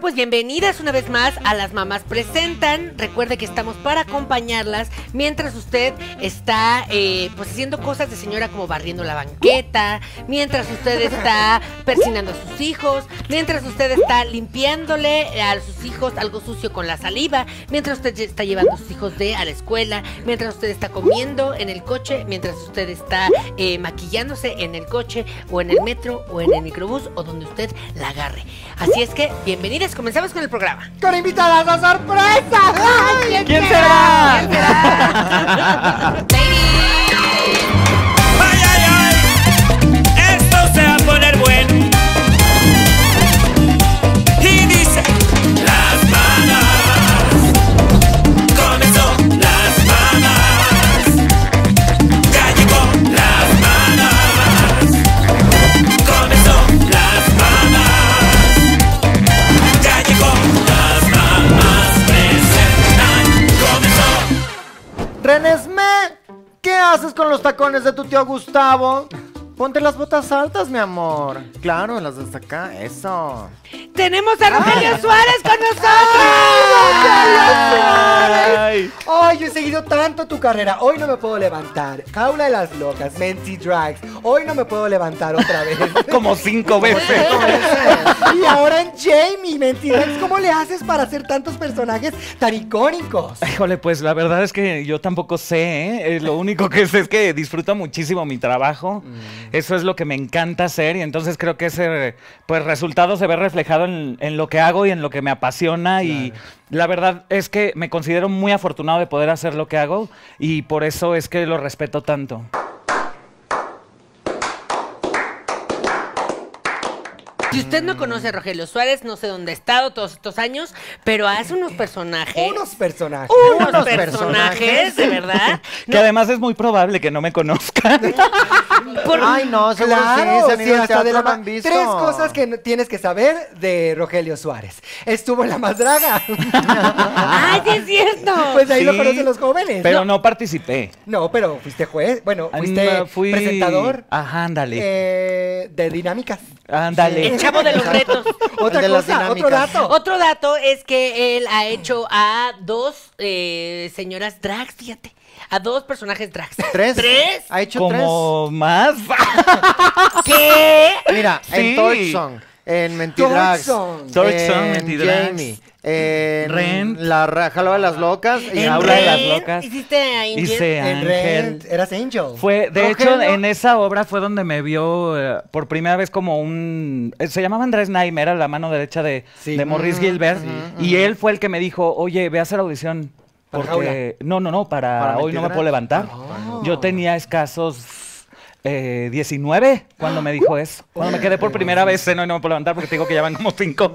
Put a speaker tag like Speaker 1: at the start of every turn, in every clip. Speaker 1: pues bienvenidas una vez más a Las Mamás Presentan. Recuerde que estamos para acompañarlas mientras usted está eh, pues haciendo cosas de señora como barriendo la banqueta, mientras usted está persinando a sus hijos, mientras usted está limpiándole a sus hijos algo sucio con la saliva, mientras usted está llevando a sus hijos de a la escuela, mientras usted está comiendo en el coche, mientras usted está eh, maquillándose en el coche o en el metro o en el microbús o donde usted la agarre. Así es que, bienvenidas, comenzamos con el programa.
Speaker 2: ¡Con invitadas a sorpresa! ¡Ay, ¿Quién,
Speaker 3: ¿Quién será?
Speaker 2: ¿Quién será?
Speaker 4: ¡Ay, ay, ay! Esto se va a poner bueno. Y dice: Las malas. Comenzó las malas. Ya llegó las malas. Comenzó las malas. Ya llegó las malas. Presentan. Comenzó.
Speaker 2: Renesme, ¿qué haces con los tacones de tu tío Gustavo? Ponte las botas altas, mi amor. Claro, las hasta acá, eso.
Speaker 1: Tenemos a Rogelio Suárez con nosotros.
Speaker 3: Ay.
Speaker 5: Ay, yo he seguido tanto tu carrera. Hoy no me puedo levantar. Jaula de las locas, Menti Drags. Hoy no me puedo levantar otra vez.
Speaker 3: Como cinco veces.
Speaker 5: y ahora en Jamie, Menti Drags. ¿Cómo le haces para hacer tantos personajes tan icónicos?
Speaker 3: Híjole, pues la verdad es que yo tampoco sé, ¿eh? Eh, Lo único que sé es que disfruto muchísimo mi trabajo.
Speaker 5: Mm.
Speaker 3: Eso es lo que me encanta hacer y entonces creo que ese pues, resultado se ve reflejado en, en lo que hago y en lo que me apasiona y la verdad es que me considero muy afortunado de poder hacer lo que hago y por eso es que lo respeto tanto.
Speaker 1: Si usted no conoce a Rogelio Suárez, no sé dónde ha estado todos estos años, pero hace unos
Speaker 3: Eh,
Speaker 1: personajes.
Speaker 5: Unos personajes.
Speaker 1: unos
Speaker 2: unos
Speaker 1: personajes, de
Speaker 5: Ah,
Speaker 1: verdad.
Speaker 3: Que además es muy probable que no me conozcan.
Speaker 5: Pues
Speaker 1: Por-
Speaker 2: Ay, no, seguro sí, se han
Speaker 5: Claro,
Speaker 2: ido
Speaker 5: sí,
Speaker 2: al
Speaker 5: hasta de
Speaker 2: teatro,
Speaker 5: la
Speaker 2: no
Speaker 5: ma-
Speaker 2: han visto.
Speaker 5: Tres cosas que no- tienes que saber de Rogelio Suárez. Estuvo en La Más Draga.
Speaker 1: Ay, sí es cierto.
Speaker 5: pues de ahí lo
Speaker 3: Sí,
Speaker 5: conocen los jóvenes.
Speaker 3: Pero
Speaker 5: no.
Speaker 3: no participé.
Speaker 5: No, pero fuiste juez. Bueno, fuiste
Speaker 3: Ah, fui-
Speaker 5: presentador.
Speaker 3: Ajá, ándale.
Speaker 5: eh, de dinámicas.
Speaker 3: ándale.
Speaker 1: El chavo de los retos.
Speaker 5: Otra
Speaker 2: de las
Speaker 5: cosa, otro
Speaker 2: dinámicas.
Speaker 5: dato.
Speaker 1: Otro dato es que él ha hecho a dos eh, señoras drags, fíjate. A dos personajes drags.
Speaker 2: ¿Tres?
Speaker 1: ¿Tres?
Speaker 2: Ha hecho
Speaker 3: Como más.
Speaker 1: ¿Qué?
Speaker 2: tres. Mira,
Speaker 3: Sí.
Speaker 2: Ah, en Torchson, en Mentidrags,
Speaker 5: Torchson.
Speaker 3: Torchson,
Speaker 2: en
Speaker 3: Mentidrags.
Speaker 2: Jamie, en
Speaker 3: Rent.
Speaker 2: La Ra- Jalaba de las Locas y
Speaker 1: En
Speaker 3: Jaula
Speaker 2: ahora
Speaker 3: de las
Speaker 1: Ren,
Speaker 3: Locas.
Speaker 1: Hiciste a Angel.
Speaker 3: Hice
Speaker 5: En
Speaker 3: Ángel.
Speaker 5: Red, eras Angel.
Speaker 3: Fue, de hecho,
Speaker 2: Rogelio.
Speaker 3: en esa obra fue donde me vio eh, por primera vez como un... eh, Se llamaba Andrés Naim, era la mano derecha de,
Speaker 5: Sí.
Speaker 3: de
Speaker 2: Mm,
Speaker 3: Morris Gilbert. Y él fue el que me dijo, oye, ve a hacer audición.
Speaker 5: ¿Para
Speaker 3: Porque... No, no, no, para,
Speaker 2: ¿Para
Speaker 3: hoy no me
Speaker 2: Mentidrags?
Speaker 3: puedo levantar.
Speaker 2: Oh.
Speaker 3: Yo tenía escasos eh, 19 cuando me dijo eso. Cuando me quedé por primera vez en hoy no me puedo levantar porque te digo que ya van como cinco.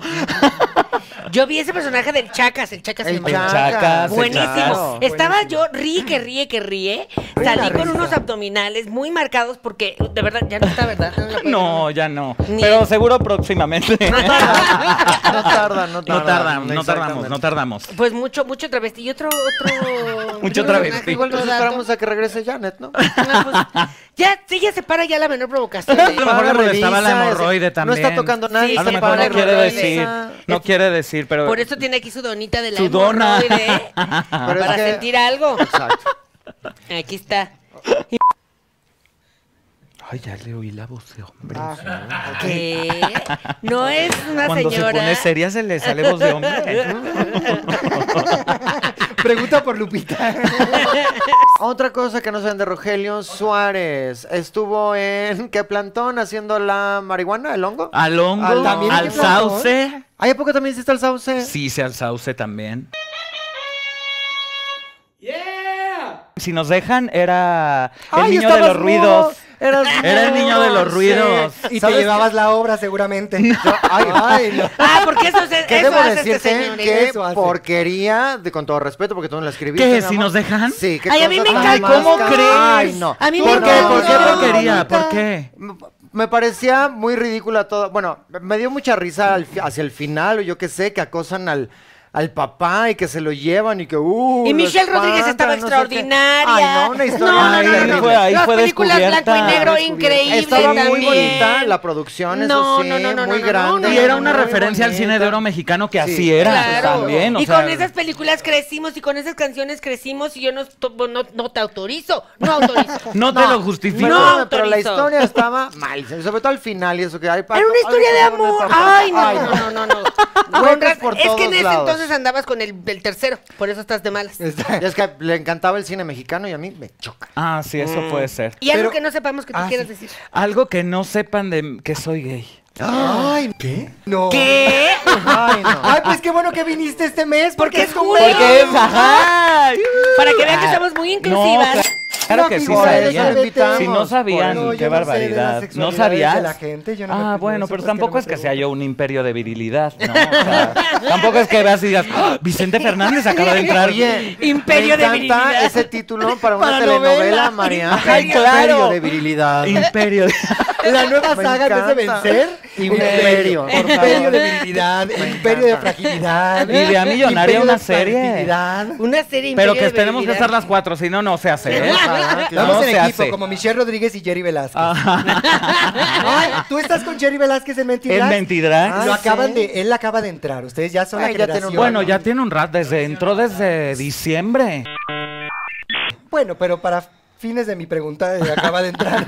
Speaker 1: Yo vi ese personaje del Chacas, el Chacas
Speaker 2: El
Speaker 1: se llamaba.
Speaker 2: Chacas,
Speaker 3: Chacas,
Speaker 1: Buenísimo.
Speaker 3: claro.
Speaker 1: Estaba yo ríe que ríe que ríe. Salí con
Speaker 5: risa.
Speaker 1: unos abdominales muy marcados porque de verdad ya no está, ¿verdad? No, la puedo-
Speaker 3: No, ya no.
Speaker 1: Ni-
Speaker 3: Pero seguro próximamente.
Speaker 2: no tardan, no tardan.
Speaker 3: No tardan, no tardamos, no
Speaker 2: exactamente.
Speaker 3: tardamos.
Speaker 1: Pues mucho, mucho travesti. Y otro, otro.
Speaker 3: Mucho
Speaker 1: otro
Speaker 3: travesti.
Speaker 1: personaje,
Speaker 2: Igual
Speaker 1: otro
Speaker 3: Pues
Speaker 2: nos
Speaker 1: dato.
Speaker 2: esperamos a que regrese Janet, ¿no?
Speaker 1: Ah, pues, ya, sí, ya se para ya la menor provocación. ¿eh?
Speaker 3: A lo mejor le
Speaker 2: Para,
Speaker 3: molestaba
Speaker 2: revisa,
Speaker 3: la hemorroide
Speaker 2: ese-
Speaker 3: también.
Speaker 2: No está tocando nadie.
Speaker 1: Sí,
Speaker 3: A lo
Speaker 1: se
Speaker 3: mejor
Speaker 1: pone
Speaker 3: no quiere
Speaker 1: rebelde.
Speaker 3: decir,
Speaker 2: Ah.
Speaker 3: no quiere decir, pero
Speaker 1: Por eso tiene aquí su donita de la
Speaker 3: Su dona.
Speaker 1: hemorroide, ¿eh?
Speaker 2: Pero es
Speaker 1: Para
Speaker 2: que-
Speaker 1: sentir algo.
Speaker 2: Exacto.
Speaker 1: Aquí está.
Speaker 3: Ay, ya le oí la voz de hombre.
Speaker 1: ¿Qué? No es una
Speaker 3: Cuando
Speaker 1: señora.
Speaker 3: se pone seria se le sale voz de hombre.
Speaker 5: Pregunta por Lupita.
Speaker 2: Otra cosa que no saben de Rogelio Suárez. Estuvo en ¿qué plantón haciendo la marihuana, el hongo?
Speaker 3: Al hongo,
Speaker 2: Al-
Speaker 3: al,
Speaker 2: también hay que
Speaker 5: plantar.
Speaker 3: sauce.
Speaker 2: ¿Ay, a poco también hiciste el sauce?
Speaker 3: Sí, se al sauce también. Si nos dejan, era el
Speaker 5: Ay,
Speaker 3: niño de los
Speaker 5: estabas
Speaker 3: ruidos.
Speaker 5: mudo. Eras
Speaker 3: Era el niño de los
Speaker 5: Sí.
Speaker 3: ruidos.
Speaker 5: Y te
Speaker 2: ¿Sabes
Speaker 5: llevabas la obra seguramente.
Speaker 2: ay,
Speaker 5: Ay, no.
Speaker 1: Ah, porque eso, se,
Speaker 2: ¿Qué
Speaker 1: eso
Speaker 2: debo
Speaker 1: hace este
Speaker 2: decirte?
Speaker 1: señor. ¿eh?
Speaker 2: qué
Speaker 5: Eso hace.
Speaker 2: porquería, de, con todo respeto, porque tú no la escribiste.
Speaker 3: ¿Qué,
Speaker 2: mi
Speaker 3: si
Speaker 2: amor.
Speaker 3: nos dejan?
Speaker 2: Sí, qué
Speaker 1: Ay, a mí
Speaker 2: cosa
Speaker 1: me
Speaker 2: tan
Speaker 1: encanta.
Speaker 2: más
Speaker 3: ¿Cómo
Speaker 2: cara-
Speaker 3: crees?
Speaker 2: Ay, no.
Speaker 1: A mí me
Speaker 2: ¿Por qué?
Speaker 1: encanta.
Speaker 2: ¿Por qué
Speaker 5: No,
Speaker 3: ¿Qué porquería?
Speaker 2: porquería?
Speaker 3: ¿Por qué?
Speaker 2: Me parecía muy ridícula todo. Bueno, me dio mucha risa al fi- hacia el final, o yo qué sé, que acosan al, al papá y que se lo llevan y que uh,
Speaker 1: Y
Speaker 2: lo
Speaker 1: Michelle Rodríguez estaba
Speaker 2: espantan, no sé qué.
Speaker 1: extraordinaria.
Speaker 2: Ay, no, una historia.
Speaker 1: No, no, no,
Speaker 2: increíble.
Speaker 1: no, no.
Speaker 3: Ahí fue- ahí
Speaker 1: Las
Speaker 3: fue
Speaker 1: películas blanco y
Speaker 3: descubierta.
Speaker 1: negro
Speaker 2: Descubierta.
Speaker 1: increíble
Speaker 2: Estaba
Speaker 1: también.
Speaker 2: muy bonita la producción, eso
Speaker 1: No,
Speaker 2: sí,
Speaker 1: no, no, no,
Speaker 2: muy
Speaker 1: no, no,
Speaker 2: grande.
Speaker 1: no,
Speaker 3: Y era una
Speaker 2: muy
Speaker 3: referencia al
Speaker 2: bonita.
Speaker 3: cine de oro mexicano que
Speaker 2: Sí,
Speaker 3: así era
Speaker 1: Claro.
Speaker 3: también. o
Speaker 1: y
Speaker 3: sea,
Speaker 1: con esas películas crecimos y con esas canciones crecimos y yo no, to- no, no te autorizo. No autorizo.
Speaker 3: No te lo justifico.
Speaker 1: No.
Speaker 2: Perdóname, pero la
Speaker 1: autorizo.
Speaker 2: historia estaba mal, sobre todo al final y eso que hay
Speaker 1: Era una historia de amor. Ay, no, no, no, no. no.
Speaker 2: Huecos
Speaker 1: Con raz-
Speaker 2: por
Speaker 1: es
Speaker 2: todos
Speaker 1: que en ese
Speaker 2: lados.
Speaker 1: entonces andabas con el, el tercero, por eso estás de malas.
Speaker 5: Está-
Speaker 2: Y es que le encantaba el cine mexicano y a mí me choca.
Speaker 3: Ah, sí, eso
Speaker 5: Mm.
Speaker 3: puede ser.
Speaker 1: Y algo
Speaker 5: Pero-
Speaker 1: que no sepamos que tú
Speaker 5: Ah,
Speaker 1: quieras
Speaker 5: sí.
Speaker 1: decir.
Speaker 3: Algo que no sepan de que soy gay.
Speaker 2: Ay,
Speaker 5: No.
Speaker 1: ¿Qué?
Speaker 2: ay, no.
Speaker 5: Ay, pues qué bueno que viniste este mes. Porque,
Speaker 1: Porque
Speaker 5: es como.
Speaker 1: es jueves.
Speaker 5: es, ajá.
Speaker 1: Para que vean que somos muy inclusivas.
Speaker 3: Ah, No, claro que sí
Speaker 5: Por
Speaker 2: figura,
Speaker 5: eso
Speaker 3: sabían.
Speaker 5: lo invitamos.
Speaker 3: Si no sabían,
Speaker 5: No, yo no
Speaker 3: qué
Speaker 5: sé de las
Speaker 3: barbaridad. No
Speaker 5: sexualidades de
Speaker 3: sabían.
Speaker 5: la gente, yo no me
Speaker 3: ah,
Speaker 5: fijo
Speaker 3: bueno,
Speaker 5: eso,
Speaker 3: pero
Speaker 5: pues,
Speaker 3: tampoco
Speaker 5: que no
Speaker 3: es que
Speaker 5: me
Speaker 3: sea yo un imperio de virilidad. ¿no? O sea, tampoco es que veas y digas, "Ah, Vicente Fernández acaba de entrar.
Speaker 2: Oye,
Speaker 1: Imperio
Speaker 2: me
Speaker 1: de
Speaker 2: encanta
Speaker 1: virilidad.
Speaker 2: ese título para una
Speaker 5: Para
Speaker 2: telenovela,
Speaker 5: novela.
Speaker 2: María.
Speaker 3: Ajá,
Speaker 2: Imperio
Speaker 3: claro.
Speaker 2: de virilidad.
Speaker 3: Imperio. de-
Speaker 5: La nueva
Speaker 2: Me
Speaker 5: saga en vez de
Speaker 2: encanta.
Speaker 5: vencer.
Speaker 2: Imperio, por favor.
Speaker 5: Imperio de virilidad. Imperio de
Speaker 2: encanta.
Speaker 5: fragilidad.
Speaker 3: Y de A Millonaria
Speaker 5: imperio
Speaker 3: una
Speaker 5: de
Speaker 3: serie.
Speaker 5: fertilidad.
Speaker 1: Una serie
Speaker 3: Pero
Speaker 1: imperio
Speaker 3: que
Speaker 1: de
Speaker 3: tenemos que
Speaker 1: virilidad.
Speaker 3: estar las cuatro, si no, no se hace. ¿eh?
Speaker 2: Ah, claro.
Speaker 5: Vamos
Speaker 3: No
Speaker 5: en
Speaker 3: se
Speaker 5: equipo,
Speaker 3: hace.
Speaker 5: como Michelle Rodríguez y Jerry Velázquez. Ay, tú estás con Jerry Velázquez en Mentiras.
Speaker 3: Es mentira.
Speaker 2: Ah,
Speaker 5: Lo
Speaker 2: sí.
Speaker 5: acaban de, él acaba de entrar. Ustedes ya son la
Speaker 2: Ay, ya tiene un
Speaker 5: generación.
Speaker 3: Bueno, ya tiene un rato, desde entró desde diciembre.
Speaker 5: Bueno, pero para fines de mi pregunta, eh, acaba de entrar.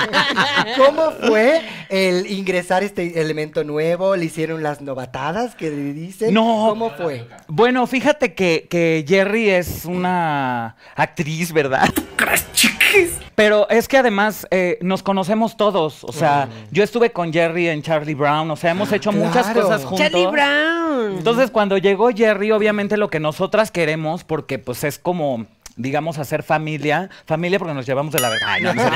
Speaker 5: ¿Cómo fue el ingresar este elemento nuevo? ¿Le hicieron las novatadas que le dicen?
Speaker 3: No.
Speaker 5: ¿Cómo fue?
Speaker 3: Bueno, fíjate que, que Jerry es una actriz, ¿verdad? Pero es que además eh, nos conocemos todos. O sea, yo estuve con Jerry en Charlie Brown. O sea, hemos hecho muchas
Speaker 5: Claro.
Speaker 3: cosas juntos.
Speaker 1: Charlie Brown.
Speaker 3: Entonces, cuando llegó Jerry, obviamente lo que nosotras queremos, porque pues es como, digamos, hacer familia. Familia porque nos llevamos de la verga. Ay, no, no sé.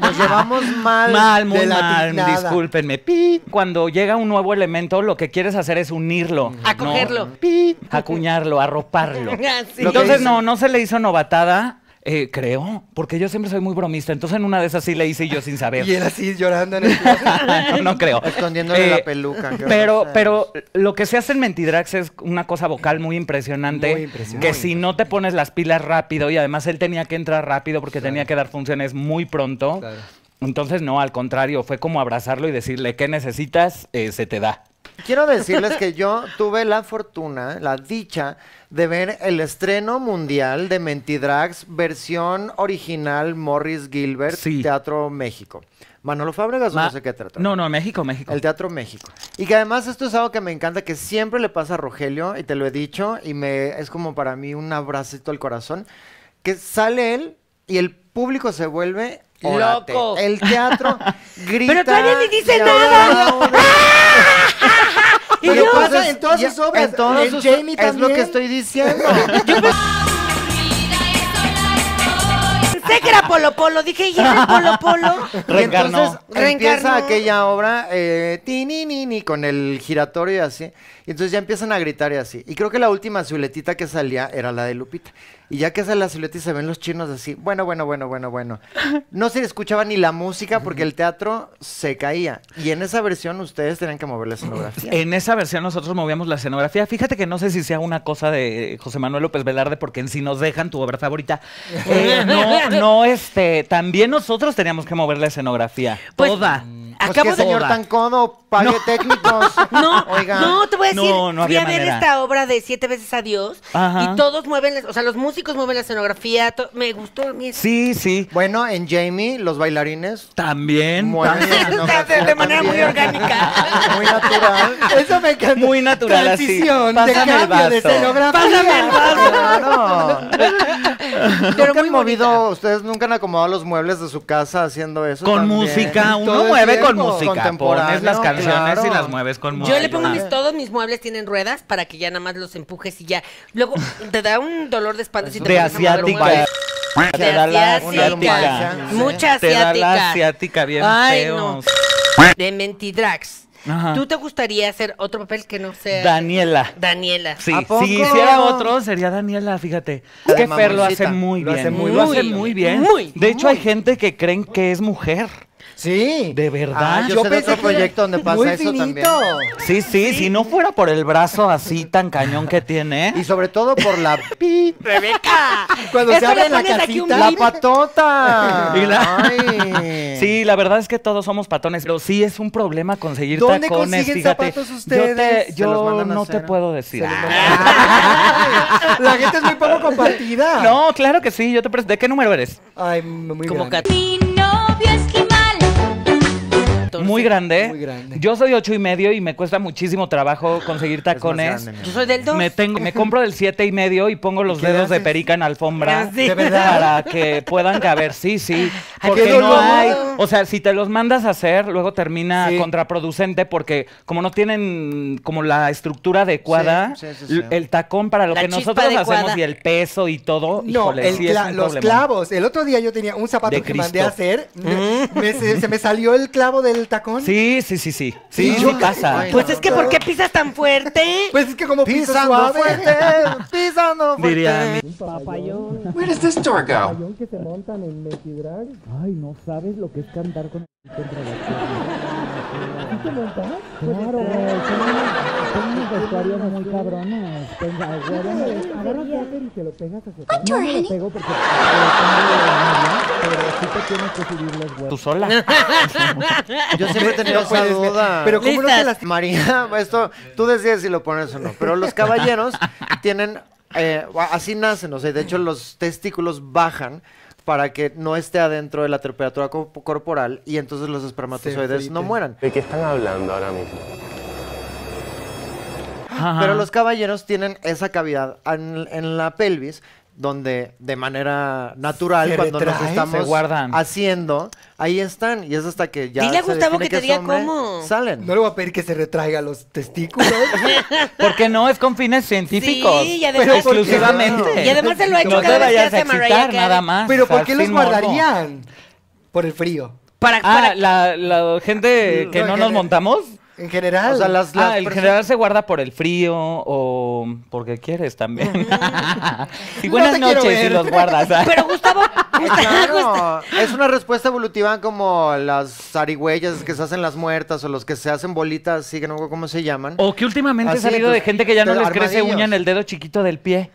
Speaker 2: Nos llevamos mal.
Speaker 3: Mal, muy
Speaker 5: de la
Speaker 3: mal,
Speaker 5: tiznada.
Speaker 3: discúlpenme. Pi, cuando llega un nuevo elemento, lo que quieres hacer es unirlo.
Speaker 1: Acogerlo.
Speaker 3: ¿no? Pi, acuñarlo, arroparlo.
Speaker 1: Ah, sí.
Speaker 2: Lo que
Speaker 3: Entonces,
Speaker 2: dicen.
Speaker 3: no, no se le hizo novatada, eh, creo, porque yo siempre soy muy bromista. Entonces, en una de esas sí le hice yo sin saber.
Speaker 5: Y él así llorando en el closet.
Speaker 3: no, no creo. Eh,
Speaker 2: Escondiéndole la peluca, qué
Speaker 3: Pero,
Speaker 2: grosero.
Speaker 3: pero lo que se hace en Mentidrax es una cosa vocal muy impresionante.
Speaker 5: Muy impresionante.
Speaker 3: Que si no te pones las pilas rápido, y además él tenía que entrar rápido porque tenía que dar funciones muy pronto.
Speaker 5: Claro.
Speaker 3: Entonces, no, al contrario, fue como abrazarlo y decirle, ¿qué necesitas? Eh, se te da.
Speaker 2: Quiero decirles que yo tuve la fortuna, la dicha de ver el estreno mundial de Mentidrax, versión original Morris Gilbert,
Speaker 3: Sí.
Speaker 2: Teatro México. Manolo Fábregas, o
Speaker 3: Ma-
Speaker 2: no sé qué teatro.
Speaker 3: No, no, México, México.
Speaker 2: El Teatro México. Y que además esto es algo que me encanta, que siempre le pasa a Rogelio, y te lo he dicho, y me es como para mí un abracito al corazón, que sale él y el público se vuelve órate.
Speaker 1: Loco.
Speaker 2: El teatro grita.
Speaker 1: Pero todavía ni dice
Speaker 2: y
Speaker 1: nada.
Speaker 2: aplaude.
Speaker 5: Y yo- pasa en todas
Speaker 2: ya-
Speaker 5: sus obras,
Speaker 2: en todas
Speaker 5: en
Speaker 2: sus-
Speaker 5: Jamie
Speaker 2: Es lo
Speaker 5: también.
Speaker 2: que estoy diciendo.
Speaker 1: Sé que era Polo Polo. Dije, ¿y era el Polo Polo?
Speaker 2: Y
Speaker 3: Reencarnó.
Speaker 2: entonces empieza
Speaker 1: Reencarnó.
Speaker 2: aquella obra, eh, ni, con el giratorio y así. Y entonces ya empiezan a gritar y así. Y creo que la última siluetita que salía era la de Lupita. Y ya que sale la silueta y se ven los chinos así, bueno, bueno, bueno, bueno, bueno. No se escuchaba ni la música porque el teatro se caía. Y en esa versión ustedes tenían que mover la escenografía.
Speaker 3: En esa versión nosotros movíamos la escenografía. Fíjate que no sé si sea una cosa de José Manuel López Velarde, porque en si nos dejan tu obra favorita. Eh, no, no, este, también nosotros teníamos que mover la escenografía.
Speaker 1: Pues,
Speaker 3: toda.
Speaker 2: Pues
Speaker 1: Acabo de...
Speaker 2: qué señor tan codo, pague técnicos.
Speaker 1: No,
Speaker 2: Oiga.
Speaker 1: no, te voy a decir,
Speaker 3: No, no
Speaker 1: fui
Speaker 3: había
Speaker 1: a ver
Speaker 3: manera.
Speaker 1: esta obra de Siete veces a Dios
Speaker 3: Ajá.
Speaker 1: y todos mueven, la- o sea, los músicos mueven la escenografía, to- me gustó a mí eso.
Speaker 3: Sí, sí.
Speaker 2: Bueno, en Jamie, los bailarines
Speaker 3: También.
Speaker 2: mueven la
Speaker 1: O sea,
Speaker 2: escenografía
Speaker 1: de, de manera muy
Speaker 2: también.
Speaker 1: orgánica.
Speaker 2: Muy natural.
Speaker 5: Eso me encanta.
Speaker 3: Muy natural así.
Speaker 5: Transición de
Speaker 3: Pásame el
Speaker 5: cambio de
Speaker 3: vaso.
Speaker 5: escenografía.
Speaker 1: Pásame el
Speaker 2: Claro.
Speaker 1: Pero
Speaker 2: nunca
Speaker 1: muy
Speaker 2: han movido,
Speaker 1: bonita.
Speaker 2: ustedes nunca han acomodado los muebles de su casa haciendo eso.
Speaker 3: Con
Speaker 2: también?
Speaker 3: música,
Speaker 5: Todo
Speaker 3: uno
Speaker 5: el
Speaker 3: mueve con
Speaker 5: tiempo.
Speaker 3: música.
Speaker 2: Contemporáneo,
Speaker 3: Pones las canciones
Speaker 2: claro.
Speaker 3: y las mueves con música.
Speaker 1: Yo le pongo mis, todos mis muebles tienen ruedas para que ya nada más los empujes y ya. Luego te da un dolor de espalda si te
Speaker 3: De
Speaker 1: pones a mover
Speaker 3: asiática.
Speaker 1: muebles.
Speaker 3: Te da la
Speaker 1: De asiática.
Speaker 3: asiática.
Speaker 1: Mucha
Speaker 3: Te da la
Speaker 1: asiática.
Speaker 3: asiática bien
Speaker 1: Ay,
Speaker 3: feo.
Speaker 1: no. De Mentidrax.
Speaker 3: Ajá.
Speaker 1: ¿Tú te gustaría hacer otro papel que no sea
Speaker 3: Daniela.
Speaker 1: Daniela?
Speaker 3: Sí,
Speaker 2: ¿A poco?
Speaker 3: si hiciera otro sería Daniela, fíjate.
Speaker 2: La
Speaker 3: Es
Speaker 2: de
Speaker 3: que Fer lo hace
Speaker 2: mamoncita.
Speaker 3: muy
Speaker 5: Lo
Speaker 3: bien.
Speaker 5: hace muy
Speaker 3: lo
Speaker 1: bien.
Speaker 3: hace muy bien.
Speaker 1: Muy,
Speaker 3: de hecho, hay gente que creen que es mujer.
Speaker 5: Sí.
Speaker 3: ¿De verdad?
Speaker 2: Ah, yo sé de otro
Speaker 5: era
Speaker 2: proyecto donde pasa
Speaker 5: muy
Speaker 2: eso
Speaker 5: finito.
Speaker 2: también.
Speaker 3: Sí, sí, si no fuera por el brazo así tan cañón que tiene.
Speaker 2: Y sobre todo por la pi,
Speaker 1: Rebeca.
Speaker 5: Cuando
Speaker 1: Esto
Speaker 5: se
Speaker 1: le
Speaker 5: abre la
Speaker 1: pones aquí un
Speaker 5: casita.
Speaker 2: la
Speaker 1: bip.
Speaker 2: patota.
Speaker 3: Y la-
Speaker 2: Ay.
Speaker 3: Sí, la verdad es que todos somos patones, pero sí es un problema conseguir
Speaker 5: ¿Dónde
Speaker 3: tacones,
Speaker 5: consiguen
Speaker 3: fíjate.
Speaker 5: zapatos
Speaker 3: Yo, te-
Speaker 5: ustedes?
Speaker 2: Se los
Speaker 3: yo
Speaker 2: mandan a
Speaker 3: no
Speaker 2: hacer.
Speaker 3: te puedo decir.
Speaker 5: Se le
Speaker 3: Ah.
Speaker 5: nota. la gente es muy poco compartida.
Speaker 3: No, claro que sí, yo te pregunto, ¿de qué número eres?
Speaker 5: Ay, muy
Speaker 1: Como
Speaker 5: grande.
Speaker 6: Mi novio esquimal,
Speaker 3: Muy grande.
Speaker 5: Muy grande.
Speaker 3: Yo soy ocho y medio y me cuesta muchísimo trabajo conseguir tacones.
Speaker 2: grande, mi
Speaker 1: Yo soy del 2.
Speaker 3: Me, tengo, me compro del siete y medio y pongo los
Speaker 5: qué
Speaker 3: dedos de
Speaker 5: haces?
Speaker 3: perica en la alfombra
Speaker 1: Ah, sí. ¿De
Speaker 5: verdad?
Speaker 3: para que puedan caber. Sí, sí.
Speaker 5: Ay,
Speaker 3: Porque
Speaker 5: qué
Speaker 3: no
Speaker 5: dolor.
Speaker 3: hay. O sea, si te los mandas a hacer, luego termina
Speaker 5: Sí.
Speaker 3: contraproducente porque como no tienen como la estructura adecuada,
Speaker 2: Sí, sí, sí, sí.
Speaker 3: el tacón para lo
Speaker 1: La
Speaker 3: que
Speaker 1: chispa
Speaker 3: nosotros
Speaker 1: adecuada.
Speaker 3: hacemos y el peso y todo.
Speaker 5: No,
Speaker 3: híjole,
Speaker 5: el
Speaker 3: sí es
Speaker 5: cla-
Speaker 3: un
Speaker 5: los
Speaker 3: problemón.
Speaker 5: clavos. El otro día yo tenía un zapato
Speaker 3: De
Speaker 5: que mandé a
Speaker 3: Cristo.
Speaker 5: hacer. me- me- se, se me salió el clavo del tacón.
Speaker 3: Sí, sí, sí, sí. Sí,
Speaker 2: Sí,
Speaker 3: sí,
Speaker 2: yo-
Speaker 3: pasa.
Speaker 2: Ay,
Speaker 1: Pues es que ¿por qué pisas tan fuerte?
Speaker 5: Pues es que como piso
Speaker 2: Pisando
Speaker 5: suave.
Speaker 2: fuerte, pisando fuerte.
Speaker 3: Diría mi
Speaker 7: Where does this door go?
Speaker 3: tú sola.
Speaker 2: Yo siempre he tenido
Speaker 5: No puedes
Speaker 2: esa
Speaker 5: ver.
Speaker 2: duda.
Speaker 5: Pero ¿cómo no te
Speaker 1: Listas.
Speaker 5: las...
Speaker 2: María, esto, tú decides si lo pones o no. Pero los caballeros tienen, eh, así nacen, o sea, de hecho los testículos bajan para que no esté adentro de la temperatura co- corporal y entonces los espermatozoides
Speaker 5: friten.
Speaker 2: no mueran.
Speaker 8: ¿De qué están hablando ahora mismo?
Speaker 3: Ajá.
Speaker 2: Pero los caballeros tienen esa cavidad en, en la pelvis donde de manera natural
Speaker 5: Se
Speaker 2: cuando nos
Speaker 5: retraen,
Speaker 2: estamos
Speaker 3: se guardan.
Speaker 2: haciendo ahí están y es hasta que ya
Speaker 1: Dile a
Speaker 2: se
Speaker 1: Gustavo
Speaker 2: define
Speaker 1: que
Speaker 2: que
Speaker 1: te
Speaker 2: es
Speaker 1: diga
Speaker 2: hombre,
Speaker 1: cómo.
Speaker 2: salen
Speaker 5: No le voy a pedir que se retraiga los testículos.
Speaker 3: Porque no es con fines científicos.
Speaker 1: Sí, y además-
Speaker 3: Pero exclusivamente.
Speaker 1: Y además se lo ha hecho
Speaker 3: no
Speaker 1: cada
Speaker 3: te
Speaker 1: vez que
Speaker 3: vayas a
Speaker 1: hace Mariah
Speaker 3: excitar
Speaker 1: Carey.
Speaker 3: nada más.
Speaker 5: Pero
Speaker 3: Ah, o sea,
Speaker 5: ¿por qué los
Speaker 3: sin morbo.
Speaker 5: guardarían? Por el frío.
Speaker 1: Para, para
Speaker 3: Ah, la, la gente que
Speaker 5: No,
Speaker 3: no
Speaker 5: en
Speaker 3: nos
Speaker 5: general.
Speaker 3: montamos.
Speaker 5: En general.
Speaker 2: O sea, las-
Speaker 3: Ah, en
Speaker 2: personas-
Speaker 3: general se guarda por el frío o porque quieres también. y buenas
Speaker 5: No te quiero
Speaker 3: noches si
Speaker 5: ver.
Speaker 3: los guardas. ¿ah?
Speaker 1: Pero Gustavo,
Speaker 2: Eh,
Speaker 1: Gustavo,
Speaker 2: Claro, es una respuesta evolutiva como las zarigüeyas que se hacen las muertas o los que se hacen bolitas, así que no sé cómo se llaman.
Speaker 3: O que últimamente
Speaker 2: Así,
Speaker 3: he salido de
Speaker 2: entonces,
Speaker 3: gente que ya no
Speaker 2: pero
Speaker 3: les crece
Speaker 2: armadillos.
Speaker 3: uña en el dedo chiquito del pie.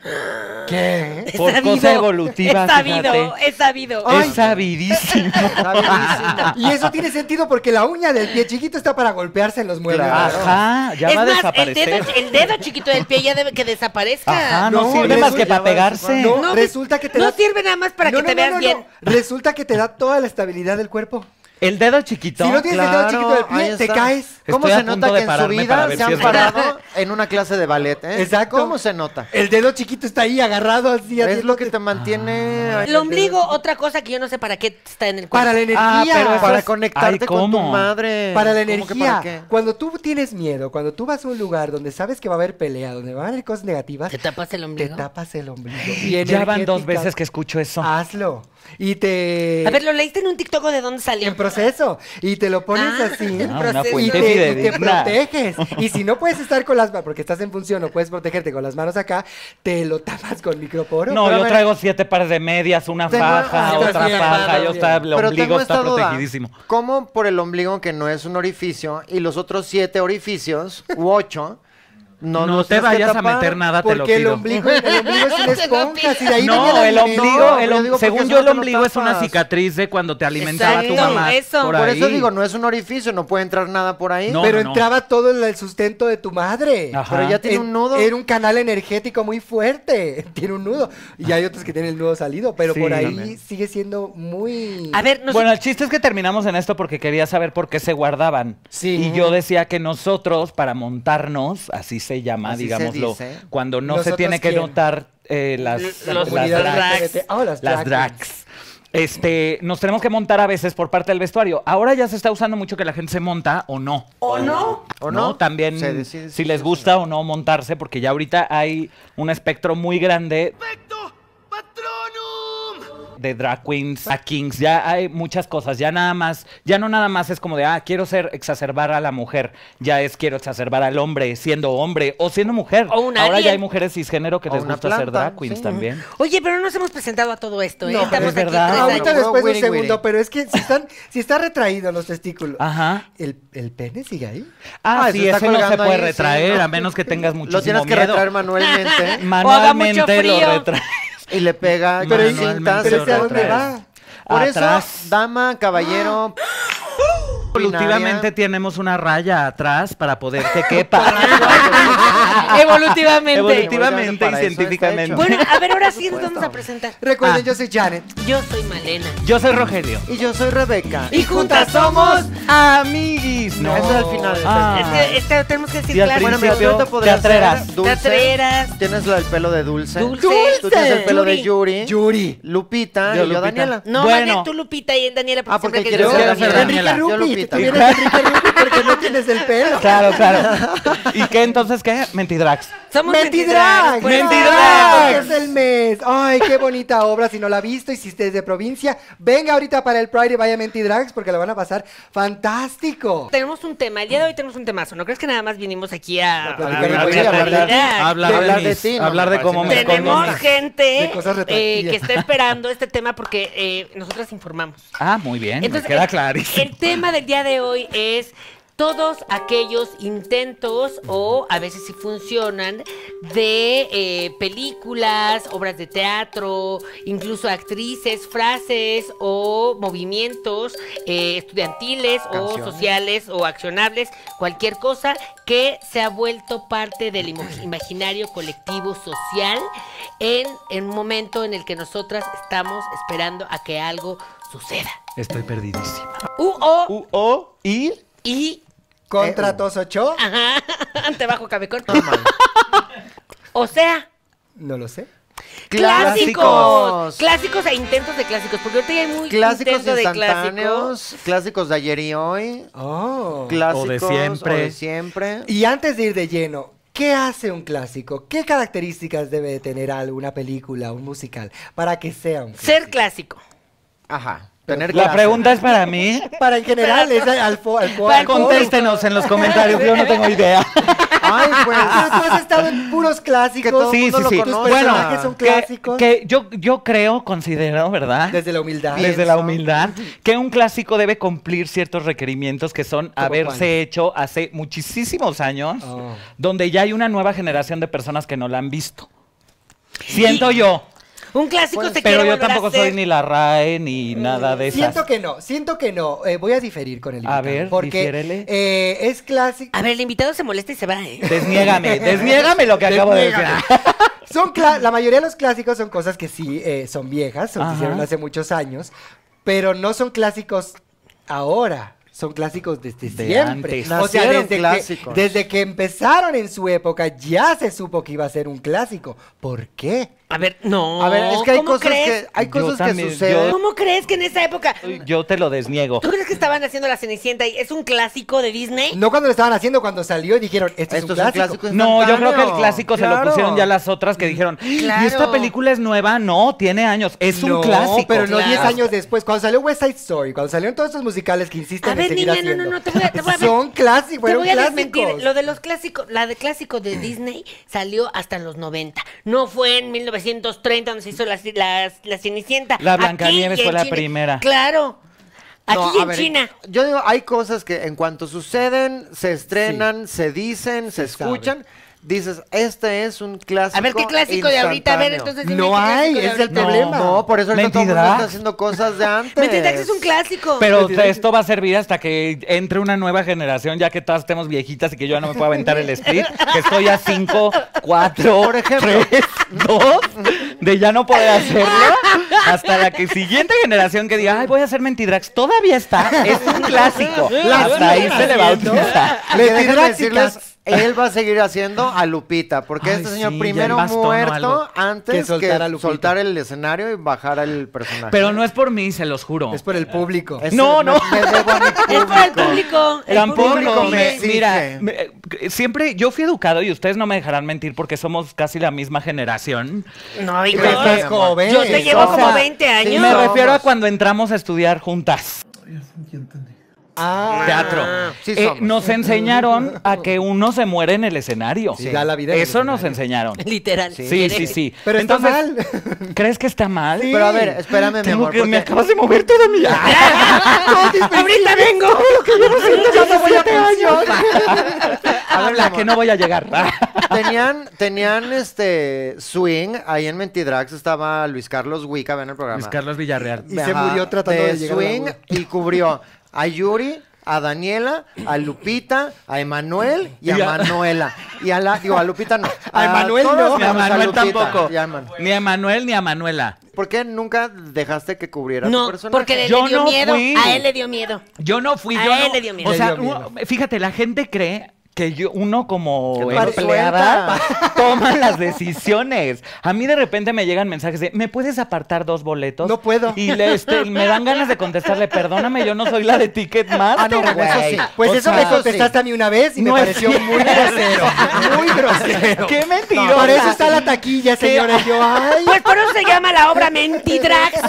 Speaker 5: ¿Qué?
Speaker 3: Por
Speaker 1: es
Speaker 3: cosa
Speaker 1: sabido,
Speaker 3: evolutiva,
Speaker 1: Es sabido,
Speaker 3: fíjate. Oh,
Speaker 1: es sabido.
Speaker 3: Es sabidísimo.
Speaker 2: Está bienísimo.
Speaker 5: Ah, Y eso tiene sentido porque la uña del pie chiquito está para golpearse en los muebles.
Speaker 2: Claro.
Speaker 3: Ajá, ya
Speaker 1: es
Speaker 3: va a
Speaker 1: más, el
Speaker 3: desaparecer.
Speaker 1: dedo, el dedo chiquito del pie ya debe que desaparezca.
Speaker 3: Ajá,
Speaker 5: no
Speaker 3: no,
Speaker 5: No,
Speaker 3: sirve
Speaker 5: sirve
Speaker 3: más
Speaker 5: más
Speaker 3: que
Speaker 5: que
Speaker 3: para pegarse.
Speaker 5: No,
Speaker 1: No,
Speaker 5: resulta que te
Speaker 1: no
Speaker 5: da-
Speaker 1: sirve nada más para
Speaker 5: No,
Speaker 1: que
Speaker 5: no,
Speaker 1: te
Speaker 5: no,
Speaker 1: veas
Speaker 5: no, no.
Speaker 1: bien.
Speaker 5: Resulta que te da toda la estabilidad del cuerpo.
Speaker 3: El dedo chiquito.
Speaker 5: Si no tienes el dedo
Speaker 2: Claro,
Speaker 5: chiquito del pie,
Speaker 2: ahí
Speaker 5: te
Speaker 2: está.
Speaker 5: caes.
Speaker 2: ¿Cómo
Speaker 3: Estoy a
Speaker 2: se
Speaker 3: punto
Speaker 2: nota
Speaker 3: de
Speaker 2: que en su
Speaker 3: pararme
Speaker 2: vida
Speaker 3: para ver
Speaker 2: se
Speaker 3: si
Speaker 2: han
Speaker 3: es verdad. Eh,
Speaker 2: parado en una clase de ballet? ¿eh?
Speaker 5: Exacto.
Speaker 2: ¿Cómo se nota?
Speaker 5: El dedo chiquito está ahí agarrado así.
Speaker 2: Es lo
Speaker 5: haciéndote-
Speaker 2: que te mantiene ahí.
Speaker 1: El ombligo, otra cosa que yo no sé para qué está en el cuerpo.
Speaker 5: Para la energía.
Speaker 3: Ah, pero eso
Speaker 2: para
Speaker 3: es- Ay,
Speaker 2: conectarte con tu
Speaker 3: ¿cómo?
Speaker 2: madre.
Speaker 5: Para la
Speaker 2: ¿Cómo que
Speaker 5: energía.
Speaker 2: para qué?
Speaker 5: Cuando tú tienes miedo, cuando tú vas a un lugar donde sabes que va a haber pelea, donde van a haber cosas negativas,
Speaker 1: ¿Te tapas el
Speaker 5: te
Speaker 1: ombligo?
Speaker 5: tapas el ombligo.
Speaker 3: Ya van dos veces que escucho eso.
Speaker 2: Ah,
Speaker 5: Hazlo. Y te.
Speaker 1: A ver, ¿lo leíste en un TikTok o de dónde salió?
Speaker 5: En proceso. Y te lo pones
Speaker 1: Ah,
Speaker 5: así.
Speaker 1: en
Speaker 3: Ah, una
Speaker 1: proceso.
Speaker 5: Y
Speaker 3: fuente
Speaker 5: te, y te
Speaker 3: fidedigna.
Speaker 5: proteges. Y si no puedes estar con las manos, porque estás en función, no puedes protegerte con las manos acá, te lo tapas con microporo.
Speaker 3: No,
Speaker 5: Pero a
Speaker 3: yo
Speaker 5: ver,
Speaker 3: traigo siete pares de medias, una
Speaker 2: Tengo-
Speaker 3: faja,
Speaker 2: Ah,
Speaker 3: otra
Speaker 5: estás bien,
Speaker 3: faja,
Speaker 5: estás
Speaker 3: yo
Speaker 5: bien.
Speaker 3: está, el
Speaker 2: Pero tengo
Speaker 3: ombligo está
Speaker 2: esta duda.
Speaker 3: protegidísimo.
Speaker 2: ¿Cómo por el ombligo, que no es un orificio, y los otros siete orificios, u ocho, no,
Speaker 3: No,
Speaker 2: los
Speaker 3: te
Speaker 2: tienes que
Speaker 3: vayas a
Speaker 2: tapar?
Speaker 3: meter nada, te lo
Speaker 5: Porque el
Speaker 3: pido.
Speaker 5: ombligo, el ombligo es una
Speaker 1: Te lo
Speaker 5: esponja.
Speaker 1: pido.
Speaker 5: Si de ahí viene
Speaker 3: No,
Speaker 5: la
Speaker 3: el
Speaker 5: alimento-
Speaker 3: ombligo, el
Speaker 2: pero
Speaker 3: om-
Speaker 2: digo, ¿por qué
Speaker 3: según
Speaker 2: eso
Speaker 3: yo,
Speaker 2: no
Speaker 3: el
Speaker 2: te lo
Speaker 3: ombligo es una
Speaker 2: tapas?
Speaker 3: cicatriz de cuando te alimentaba tu
Speaker 1: Exacto,
Speaker 3: mamá.
Speaker 1: eso.
Speaker 3: Por,
Speaker 2: Por
Speaker 3: ahí.
Speaker 2: eso digo, no es un orificio, no puede entrar nada por ahí.
Speaker 3: No,
Speaker 5: pero
Speaker 3: no.
Speaker 5: entraba todo el- el sustento de tu madre.
Speaker 3: Ajá.
Speaker 2: Pero ya tiene
Speaker 5: En-
Speaker 2: un nudo.
Speaker 5: Era un canal energético muy fuerte. Tiene un nudo. Y hay otros que tienen el nudo salido, pero
Speaker 3: Sí.
Speaker 5: por ahí
Speaker 3: También.
Speaker 5: sigue siendo muy.
Speaker 1: A ver, nos-
Speaker 3: Bueno, el chiste es que terminamos en esto porque quería saber por qué se guardaban.
Speaker 5: Sí.
Speaker 3: Y yo decía que nosotros, para montarnos, así se llama,
Speaker 2: Así se
Speaker 3: digámoslo,
Speaker 2: dice.
Speaker 3: cuando no se
Speaker 5: ¿Nosotros
Speaker 3: tiene que
Speaker 5: quién?
Speaker 3: notar eh, las,
Speaker 5: La
Speaker 3: las
Speaker 5: comunidad
Speaker 3: drags.
Speaker 5: LGBT. Ah, las drag
Speaker 3: las drags. Este, nos tenemos que montar a veces por parte del vestuario. Ahora ya se está usando mucho que la gente se monta o no.
Speaker 1: ¿o no?
Speaker 2: ¿O
Speaker 3: no?
Speaker 2: no?
Speaker 3: También
Speaker 2: Se decide
Speaker 3: si
Speaker 2: si
Speaker 3: les
Speaker 2: se
Speaker 3: gusta o no montarse, porque ya ahorita hay un espectro muy grande. de drag queens a kings. Ya hay muchas cosas. Ya nada más, ya no nada más es como de, ah, quiero ser exacerbar a la mujer. Ya es quiero exacerbar al hombre siendo hombre o siendo mujer.
Speaker 1: O un
Speaker 3: Ahora
Speaker 1: alien.
Speaker 3: ya hay mujeres cisgénero que
Speaker 2: O
Speaker 3: les
Speaker 2: una
Speaker 3: gusta ser
Speaker 2: planta,
Speaker 3: drag queens
Speaker 2: sí.
Speaker 3: también.
Speaker 1: Oye, pero no nos hemos presentado a todo esto, ¿eh?
Speaker 5: No,
Speaker 1: Estamos
Speaker 5: pero
Speaker 3: es verdad.
Speaker 1: aquí. tres
Speaker 5: Ah, Ahorita
Speaker 1: años.
Speaker 2: no,
Speaker 5: después de un
Speaker 2: güey, güey.
Speaker 5: segundo, pero es que si están, si está retraído los testículos.
Speaker 3: Ajá.
Speaker 5: ¿El, el pene sigue ahí?
Speaker 3: Ah,
Speaker 2: Ah,
Speaker 3: sí,
Speaker 2: se está
Speaker 3: ese no se
Speaker 2: colgando
Speaker 3: puede
Speaker 2: ahí, sí,
Speaker 3: retraer,
Speaker 2: ¿no?
Speaker 3: a menos que tengas muchísimo
Speaker 2: Lo tienes que
Speaker 3: miedo.
Speaker 2: retraer manualmente
Speaker 1: O haga
Speaker 3: Manualmente
Speaker 1: mucho frío.
Speaker 3: lo retraes.
Speaker 2: y le pega
Speaker 3: Pero
Speaker 2: con
Speaker 3: y-
Speaker 2: cintas.
Speaker 5: pero
Speaker 2: lo
Speaker 5: ¿ese a dónde
Speaker 2: retraes.
Speaker 5: va?
Speaker 2: Por
Speaker 3: Atrás.
Speaker 2: eso, dama, caballero.
Speaker 3: Evolutivamente
Speaker 2: binaria.
Speaker 3: tenemos una raya atrás para poder que quepa.
Speaker 1: Evolutivamente.
Speaker 3: Evolutivamente y
Speaker 2: Para eso está
Speaker 3: científicamente.
Speaker 2: hecho.
Speaker 1: Bueno, a ver, ahora sí nos vamos a presentar.
Speaker 5: Recuerden,
Speaker 3: Ah.
Speaker 5: yo soy Janet.
Speaker 1: Yo soy Malena.
Speaker 3: Yo soy Rogelio.
Speaker 2: Y yo soy Rebeca.
Speaker 1: Y juntas somos
Speaker 3: amiguis.
Speaker 2: No, eso es al final.
Speaker 3: Ah.
Speaker 1: Este, este, tenemos que decir
Speaker 3: Y al
Speaker 1: claro.
Speaker 2: Bueno, mira, tú
Speaker 3: principio,
Speaker 2: no te podrías
Speaker 3: teatreras.
Speaker 2: ser dulce.
Speaker 1: Teatreras.
Speaker 2: Tienes lo del pelo de dulce.
Speaker 1: Dulce.
Speaker 2: Tú tienes el pelo de Yuri.
Speaker 5: Yuri.
Speaker 2: Lupita
Speaker 3: Yo,
Speaker 2: y yo
Speaker 3: Lupita.
Speaker 2: Daniela.
Speaker 1: No,
Speaker 3: Bueno.
Speaker 1: bueno. tú Lupita y Daniela, porque,
Speaker 2: Ah, porque
Speaker 1: siempre
Speaker 2: quieres
Speaker 1: quieres
Speaker 3: ser
Speaker 1: ser Daniela.
Speaker 3: Daniela.
Speaker 5: Enrique
Speaker 2: Yo
Speaker 5: Rupi.
Speaker 2: Lupita.
Speaker 5: También eres Enrique Rupi porque no tienes el pelo.
Speaker 3: Claro, claro. ¿Y qué entonces qué? Mentidrax.
Speaker 1: Somos mentidrags.
Speaker 5: ¡Mentidrag!
Speaker 1: pues.
Speaker 3: Mentidrag.
Speaker 5: Es el mes. Ay, qué bonita obra. Si no la ha visto y si usted es de provincia, venga ahorita para el Pride y vaya a Mentidrags porque la van a pasar fantástico.
Speaker 3: Eh,
Speaker 1: Tenemos un tema, el día de hoy tenemos un temazo. ¿No crees que nada más vinimos aquí a,
Speaker 5: platicar
Speaker 1: a-
Speaker 5: de
Speaker 1: a-
Speaker 5: política,
Speaker 1: a-
Speaker 5: hablar de-
Speaker 1: a-
Speaker 3: hablar
Speaker 2: hablar
Speaker 3: de,
Speaker 2: de
Speaker 3: mis-
Speaker 2: ti, no
Speaker 3: hablar
Speaker 2: me
Speaker 3: de cómo me
Speaker 2: parece
Speaker 1: Tenemos
Speaker 3: conozco.
Speaker 1: gente
Speaker 5: De cosas
Speaker 1: eh,
Speaker 5: retorcidas.
Speaker 1: que está esperando este tema porque eh, nosotras informamos.
Speaker 3: Ah, muy bien. me queda
Speaker 1: el-
Speaker 3: clarísimo.
Speaker 1: El tema del día de hoy es todos aquellos intentos o a veces si funcionan de eh, películas, obras de teatro, incluso actrices, frases o movimientos eh, estudiantiles o
Speaker 2: Canciones.
Speaker 1: sociales o accionables, cualquier cosa que se ha vuelto parte del imo- imaginario colectivo social en, en un momento en el que nosotras estamos esperando a que algo suceda.
Speaker 3: Estoy perdidísima.
Speaker 1: U O
Speaker 3: U O I
Speaker 1: I
Speaker 5: Contra Tosocho.
Speaker 1: ajá, te bajo cabecón. o sea,
Speaker 5: No lo sé.
Speaker 1: clásicos.
Speaker 2: Clásicos.
Speaker 1: Clásicos e intentos de clásicos. Porque ahorita ya hay muy
Speaker 2: Clásicos
Speaker 1: intento de clásicos.
Speaker 2: instantáneos, clásicos de ayer y hoy,
Speaker 5: Oh.
Speaker 2: clásicos
Speaker 3: siempre.
Speaker 2: o de siempre.
Speaker 5: Y antes de ir de lleno, ¿qué hace un clásico? ¿Qué características debe de tener algo, una película, un musical, para que sea un clásico?
Speaker 1: Ser clásico.
Speaker 2: Ajá. Tener
Speaker 3: La
Speaker 2: clase.
Speaker 3: pregunta es para mí.
Speaker 5: Para en general, es al, fo- al fo- al foro.
Speaker 3: Contéstenos en los comentarios, yo no tengo idea.
Speaker 2: Ay, pues.
Speaker 5: Pero tú has estado en puros clásicos.
Speaker 2: Que todo
Speaker 3: Sí,
Speaker 2: el mundo
Speaker 3: sí,
Speaker 2: lo
Speaker 3: sí.
Speaker 5: Tus
Speaker 2: conoce.
Speaker 5: personajes
Speaker 2: Bueno,
Speaker 5: son
Speaker 3: Que,
Speaker 5: clásicos.
Speaker 3: que yo, yo creo, considero, ¿verdad?
Speaker 5: Desde la humildad.
Speaker 3: Desde la humildad, que un clásico debe cumplir ciertos requerimientos que son haberse
Speaker 5: cuál?
Speaker 3: hecho hace muchísimos años,
Speaker 5: Oh.
Speaker 3: donde ya hay una nueva generación de personas que no la han visto. Siento yo,
Speaker 1: Un clásico
Speaker 2: Pues,
Speaker 1: se quiere
Speaker 3: pero yo
Speaker 1: volver a
Speaker 3: tampoco
Speaker 1: hacer.
Speaker 3: soy ni la RAE ni nada de esas.
Speaker 5: Eh, Siento que no, siento que no. Eh, voy a diferir con el
Speaker 3: A
Speaker 5: invitado.
Speaker 3: ver, difiérele.
Speaker 5: porque eh, es clásico.
Speaker 1: A ver, el invitado se molesta y se va, ¿eh?
Speaker 3: Desniégame, desniégame lo que acabo de decir.
Speaker 5: Son cla- la mayoría de los clásicos son cosas que sí eh, son viejas, o
Speaker 3: Ajá.
Speaker 5: se hicieron hace muchos años, pero no son clásicos ahora. Son clásicos desde
Speaker 3: De
Speaker 5: siempre.
Speaker 3: antes.
Speaker 5: O sea,
Speaker 2: Nacieron
Speaker 5: desde que,
Speaker 2: clásicos.
Speaker 5: desde que empezaron en su época ya se supo que iba a ser un clásico. ¿Por qué?
Speaker 1: A ver, no.
Speaker 2: A ver, es que hay
Speaker 1: ¿cómo
Speaker 2: cosas
Speaker 1: crees?
Speaker 2: que hay
Speaker 3: Yo
Speaker 2: cosas que
Speaker 3: también,
Speaker 2: suceden.
Speaker 1: ¿Cómo crees que en esa época...
Speaker 3: Yo te lo desniego.
Speaker 1: ¿Tú crees que estaban haciendo la Cenicienta y es un clásico de Disney?
Speaker 5: No cuando lo estaban haciendo, cuando salió y dijeron, este
Speaker 2: Esto
Speaker 5: es un clásico.
Speaker 3: No, yo creo que el
Speaker 2: instantáneo.
Speaker 3: clásico se lo
Speaker 2: Claro.
Speaker 3: pusieron ya las otras que dijeron, "¡Ah! ¿y esta
Speaker 2: Claro.
Speaker 3: película es nueva? No, tiene años, es
Speaker 5: No,
Speaker 3: un clásico.
Speaker 5: pero no
Speaker 1: claro.
Speaker 5: 10 años después, cuando salió West Side Story, cuando salieron todos estos musicales que insisten
Speaker 1: A ver,
Speaker 5: en seguir
Speaker 1: niña, no,
Speaker 5: haciendo.
Speaker 1: no, no, te voy a- te voy a-
Speaker 5: Son clásicos,
Speaker 1: Te
Speaker 5: fueron
Speaker 1: voy a
Speaker 5: clásicos.
Speaker 1: desmentir. Lo de los clásicos, la de clásico de Disney salió hasta los 90. No fue en 1930 donde se hizo la, la, la Cenicienta.
Speaker 3: La
Speaker 1: Aquí
Speaker 3: Blancanieves
Speaker 1: y en
Speaker 3: fue la
Speaker 1: China.
Speaker 3: primera.
Speaker 1: Claro. Aquí
Speaker 2: No,
Speaker 1: y
Speaker 2: a
Speaker 1: en
Speaker 2: ver,
Speaker 1: China.
Speaker 2: Yo digo, hay cosas que en cuanto suceden, se estrenan, se dicen, se,
Speaker 5: sabe.
Speaker 2: escuchan. Dices, este es un clásico.
Speaker 1: A ver qué clásico de ahorita. A ver,
Speaker 2: instantáneo.
Speaker 1: entonces dime
Speaker 5: No
Speaker 1: qué clásico
Speaker 5: hay,
Speaker 1: de
Speaker 5: es
Speaker 1: ahorita.
Speaker 5: el problema.
Speaker 2: No, por eso ahorita todo el mundo
Speaker 3: Mentidrax.
Speaker 2: está haciendo cosas de antes.
Speaker 1: Mentidrax es un clásico.
Speaker 3: Pero te- esto va a servir hasta que entre una nueva generación, ya que todas estemos viejitas y que yo ya no me puedo aventar el split, que estoy a 5, 4,
Speaker 2: Por ejemplo.
Speaker 3: 3, 2, de ya no poder hacerlo, hasta la que siguiente generación que diga, ay, voy a hacer Mentidrax, todavía está, es un clásico.
Speaker 5: La
Speaker 3: hasta ahí
Speaker 5: siguen
Speaker 3: se le va a
Speaker 5: haciendo.
Speaker 3: utilizar.
Speaker 2: Que déjenme
Speaker 5: Mentidrax y
Speaker 2: decirles,
Speaker 5: clas-
Speaker 2: él va a seguir haciendo a Lupita, porque
Speaker 3: Ay,
Speaker 2: este señor
Speaker 3: sí, ya
Speaker 2: primero
Speaker 3: el bastón o algo.
Speaker 2: muerto antes
Speaker 5: Que
Speaker 2: que
Speaker 5: soltar
Speaker 2: soltar,
Speaker 5: a Lupita.
Speaker 2: el escenario y bajar al personaje.
Speaker 3: Pero no es por mí, se los juro.
Speaker 5: Es por el público.
Speaker 2: Ese
Speaker 3: No, no.
Speaker 2: me debo a mi
Speaker 1: Es para el
Speaker 2: público.
Speaker 1: público. el
Speaker 3: Tampoco,
Speaker 1: público
Speaker 2: me-
Speaker 1: pide.
Speaker 2: sí.
Speaker 3: mira,
Speaker 2: exige.
Speaker 3: me- eh, siempre yo fui educado y ustedes no me dejarán mentir porque somos casi la misma generación.
Speaker 1: No, hijo.
Speaker 5: Pero estás joven.
Speaker 1: Yo te llevo
Speaker 5: O sea,
Speaker 1: como 20
Speaker 5: sí,
Speaker 1: años.
Speaker 3: me
Speaker 5: somos.
Speaker 3: refiero a cuando entramos a estudiar juntas.
Speaker 5: Ah,
Speaker 3: Teatro.
Speaker 2: sí
Speaker 3: Eh,
Speaker 2: somos.
Speaker 3: nos enseñaron a que uno se muere en el escenario.
Speaker 5: Sí, da la vida en el
Speaker 3: Eso nos
Speaker 5: escenario.
Speaker 3: enseñaron.
Speaker 1: Literal.
Speaker 3: Sí, sí, sí.
Speaker 5: Pero está
Speaker 3: mal. ¿Crees que está mal?
Speaker 5: Sí.
Speaker 2: Pero a ver, espérame, mi
Speaker 3: Tengo
Speaker 2: amor.
Speaker 3: que-
Speaker 2: porque-
Speaker 3: me acabas de mover toda mi
Speaker 1: Ahorita vengo.
Speaker 3: Habla, que no voy a llegar.
Speaker 2: Tenían, tenían este swing ahí en Mentidrax estaba Luis Carlos Wicca, ven el programa.
Speaker 3: Luis Carlos Villarreal.
Speaker 5: Y se murió tratando de llegar a la
Speaker 2: swing
Speaker 5: boda.
Speaker 2: y cubrió a Yuri, a Daniela, a Lupita, a Emanuel y a
Speaker 3: Y a-
Speaker 2: Manuela. Y a la, digo, a Lupita no.
Speaker 5: A Emanuel
Speaker 2: todos
Speaker 5: no.
Speaker 2: menos
Speaker 3: Ni a Manuel
Speaker 2: Lupita.
Speaker 3: tampoco.
Speaker 2: Y a Emanuel.
Speaker 3: Ni a Manuel ni a Manuela.
Speaker 2: ¿Por qué nunca dejaste que cubriera tu
Speaker 1: No,
Speaker 2: personaje?
Speaker 1: porque le,
Speaker 3: Yo
Speaker 1: dio
Speaker 3: no
Speaker 1: miedo.
Speaker 3: fui.
Speaker 1: A él le dio miedo.
Speaker 3: Yo no fui,
Speaker 1: A
Speaker 3: yo
Speaker 1: él
Speaker 3: no-
Speaker 1: le dio miedo.
Speaker 3: O
Speaker 5: Le
Speaker 3: sea,
Speaker 5: dio miedo.
Speaker 3: u- fíjate, la gente cree que yo, uno como
Speaker 2: Que no lo
Speaker 3: empleada
Speaker 2: suelta.
Speaker 3: toma las decisiones. A mí de repente me llegan mensajes de, ¿me puedes apartar dos boletos?
Speaker 5: No puedo.
Speaker 3: Y le- este, me dan ganas de contestarle, perdóname, yo no soy la de Ticketmaster,
Speaker 2: Ah, no, bueno, eso
Speaker 3: güey".
Speaker 2: sí.
Speaker 5: Pues
Speaker 2: O
Speaker 5: eso
Speaker 2: sea,
Speaker 5: me
Speaker 2: eso sí.
Speaker 5: contestaste a mí una vez y
Speaker 3: No
Speaker 5: me
Speaker 3: es
Speaker 5: pareció
Speaker 3: cierto.
Speaker 5: muy grosero. Muy grosero.
Speaker 3: ¡Qué mentira!
Speaker 5: Por eso está la taquilla, señores. Yo, ay.
Speaker 1: Pues por eso se llama la obra Mentidrax.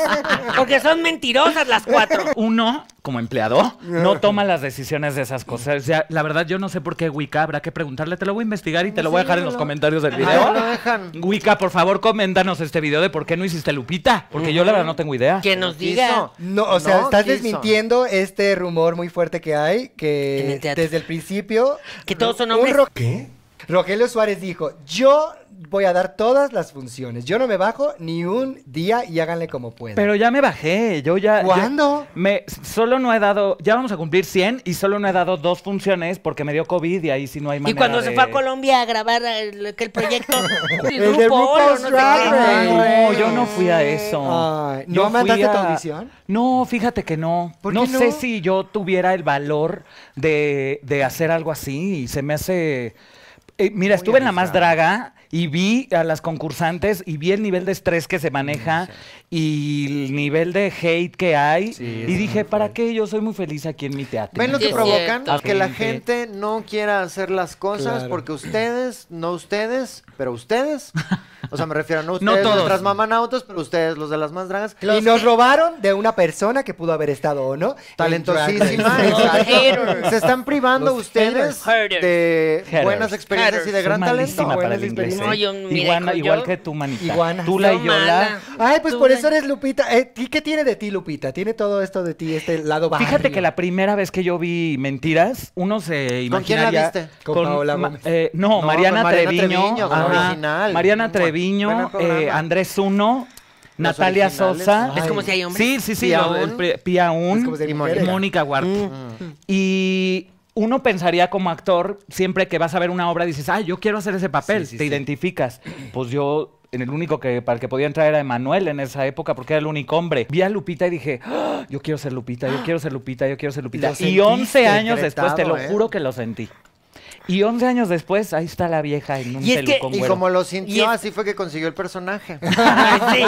Speaker 1: Porque son mentirosas las cuatro.
Speaker 3: uno, como empleado, no toma las decisiones de esas cosas. O sea, la verdad, yo no sé por qué Wicca, habrá que preguntarle, te lo voy a investigar y te lo voy a dejar en los comentarios del video.
Speaker 2: no lo dejan.
Speaker 3: Wicca, por favor, coméntanos este video de por qué no hiciste Lupita, porque yo la verdad no tengo idea.
Speaker 1: Que nos
Speaker 2: Quiso.
Speaker 1: diga.
Speaker 5: No, o sea,
Speaker 2: No
Speaker 5: estás
Speaker 2: quiso.
Speaker 5: desmintiendo este rumor muy fuerte que hay,
Speaker 1: En
Speaker 5: que
Speaker 1: el teatro.
Speaker 5: desde el principio...
Speaker 1: Que todos son
Speaker 5: un
Speaker 1: hombres.
Speaker 5: Ro- Rogelio Suárez dijo, yo voy a dar todas las funciones, yo no me bajo ni un día y háganle como puedan.
Speaker 3: Pero ya me bajé, yo ya... ya-
Speaker 5: ¿Cuándo?
Speaker 3: me, solo no he dado, ya vamos a cumplir 100 y solo no he dado dos funciones porque me dio COVID y ahí sí no hay
Speaker 1: Y
Speaker 3: manera
Speaker 1: cuando se
Speaker 3: de-
Speaker 1: fue a Colombia a grabar el, aquel proyecto, el
Speaker 5: El de
Speaker 1: grupo Oro,
Speaker 5: RuPaul's
Speaker 1: no sé
Speaker 5: Drag
Speaker 1: qué.
Speaker 5: Race.
Speaker 3: No, yo no fui a eso.
Speaker 5: Ay, ¿no
Speaker 3: Yo fui
Speaker 5: mandaste tu audición?
Speaker 3: No, fíjate que no.
Speaker 5: ¿Por
Speaker 3: no,
Speaker 5: qué no?
Speaker 3: sé si yo tuviera el valor de, de hacer algo así. y Se me hace. Eh, mira, estuve en la más draga y vi a las concursantes y vi el nivel de estrés que se maneja y el nivel de hate que hay. y dije, ¿para qué? Yo soy muy feliz aquí en mi teatro.
Speaker 2: ¿Ven lo
Speaker 1: Sí,
Speaker 2: que
Speaker 1: es
Speaker 2: provocan?
Speaker 3: cierto.
Speaker 2: Que la gente no quiera hacer las cosas
Speaker 5: Claro.
Speaker 2: porque ustedes, no ustedes, pero ustedes. O sea, me refiero a no
Speaker 3: No
Speaker 2: ustedes,
Speaker 3: todos.
Speaker 2: nuestras mamanautas, pero ustedes, los de las más dragas.
Speaker 5: y nos robaron de una persona que pudo haber estado o no. en Drag
Speaker 2: talentosísima.
Speaker 5: Race.
Speaker 1: Los haters.
Speaker 2: exacto. Se están privando
Speaker 5: Los
Speaker 2: ustedes
Speaker 1: haters.
Speaker 2: de
Speaker 3: Haters.
Speaker 2: buenas experiencias y de
Speaker 3: Soy
Speaker 2: gran talento.
Speaker 3: malísima para
Speaker 2: Buenas
Speaker 3: el inglés.
Speaker 2: experiencias.
Speaker 1: No,
Speaker 3: ¿eh?
Speaker 1: yo, mira,
Speaker 3: Iguana-
Speaker 1: hijo,
Speaker 3: igual
Speaker 1: yo-
Speaker 3: que tú, manita.
Speaker 5: Iguana.
Speaker 3: Tú, la
Speaker 1: Soy mala.
Speaker 3: Yola.
Speaker 5: Ay, pues
Speaker 1: Tú
Speaker 5: por
Speaker 1: me-
Speaker 5: eso eres Lupita. Eh, ¿Y qué tiene de ti, Lupita? Tiene todo esto de ti, este lado bajo.
Speaker 3: Fíjate que la primera vez que yo vi Mentiras, uno se
Speaker 2: ¿Con quién la
Speaker 3: imaginaría...
Speaker 2: viste?
Speaker 5: Con Paola Gómez.
Speaker 3: eh, no,
Speaker 2: No,
Speaker 3: Mariana
Speaker 2: con Mariana
Speaker 3: Treviño.
Speaker 2: Treviño, con
Speaker 3: ajá,
Speaker 2: original.
Speaker 3: Mariana
Speaker 2: Mua,
Speaker 3: Treviño,
Speaker 2: buen programa.
Speaker 3: eh, Andrés Uno,
Speaker 2: Los
Speaker 3: Natalia
Speaker 2: originales,
Speaker 3: Sosa.
Speaker 2: ay.
Speaker 1: Es como si hay hombres.
Speaker 3: Sí, sí, sí.
Speaker 2: Pia
Speaker 3: lo-
Speaker 2: Un.
Speaker 3: el pri- Pia Un
Speaker 5: Es como si hay
Speaker 3: y
Speaker 5: mujeres.
Speaker 3: Mónica Huarte. Y uno pensaría como actor, siempre que vas a ver una obra, dices, ah, yo quiero hacer ese papel, te identificas. Pues yo, en el único que para el que podía entrar era Emanuel en esa época, porque era el único hombre. Vi a Lupita y dije, "Ah, yo quiero ser Lupita, yo quiero ser Lupita, yo quiero ser Lupita.
Speaker 2: Lo
Speaker 3: Y 11
Speaker 2: sentiste,
Speaker 3: años después, te lo
Speaker 2: apretado, ¿eh?
Speaker 3: juro que lo sentí. Y 11 años después, ahí está la vieja en un
Speaker 1: Y es que-
Speaker 3: pelucón
Speaker 2: Y
Speaker 3: güero.
Speaker 2: como lo
Speaker 1: Y es-
Speaker 2: sintió, así fue que consiguió el personaje.
Speaker 1: Ay, sí.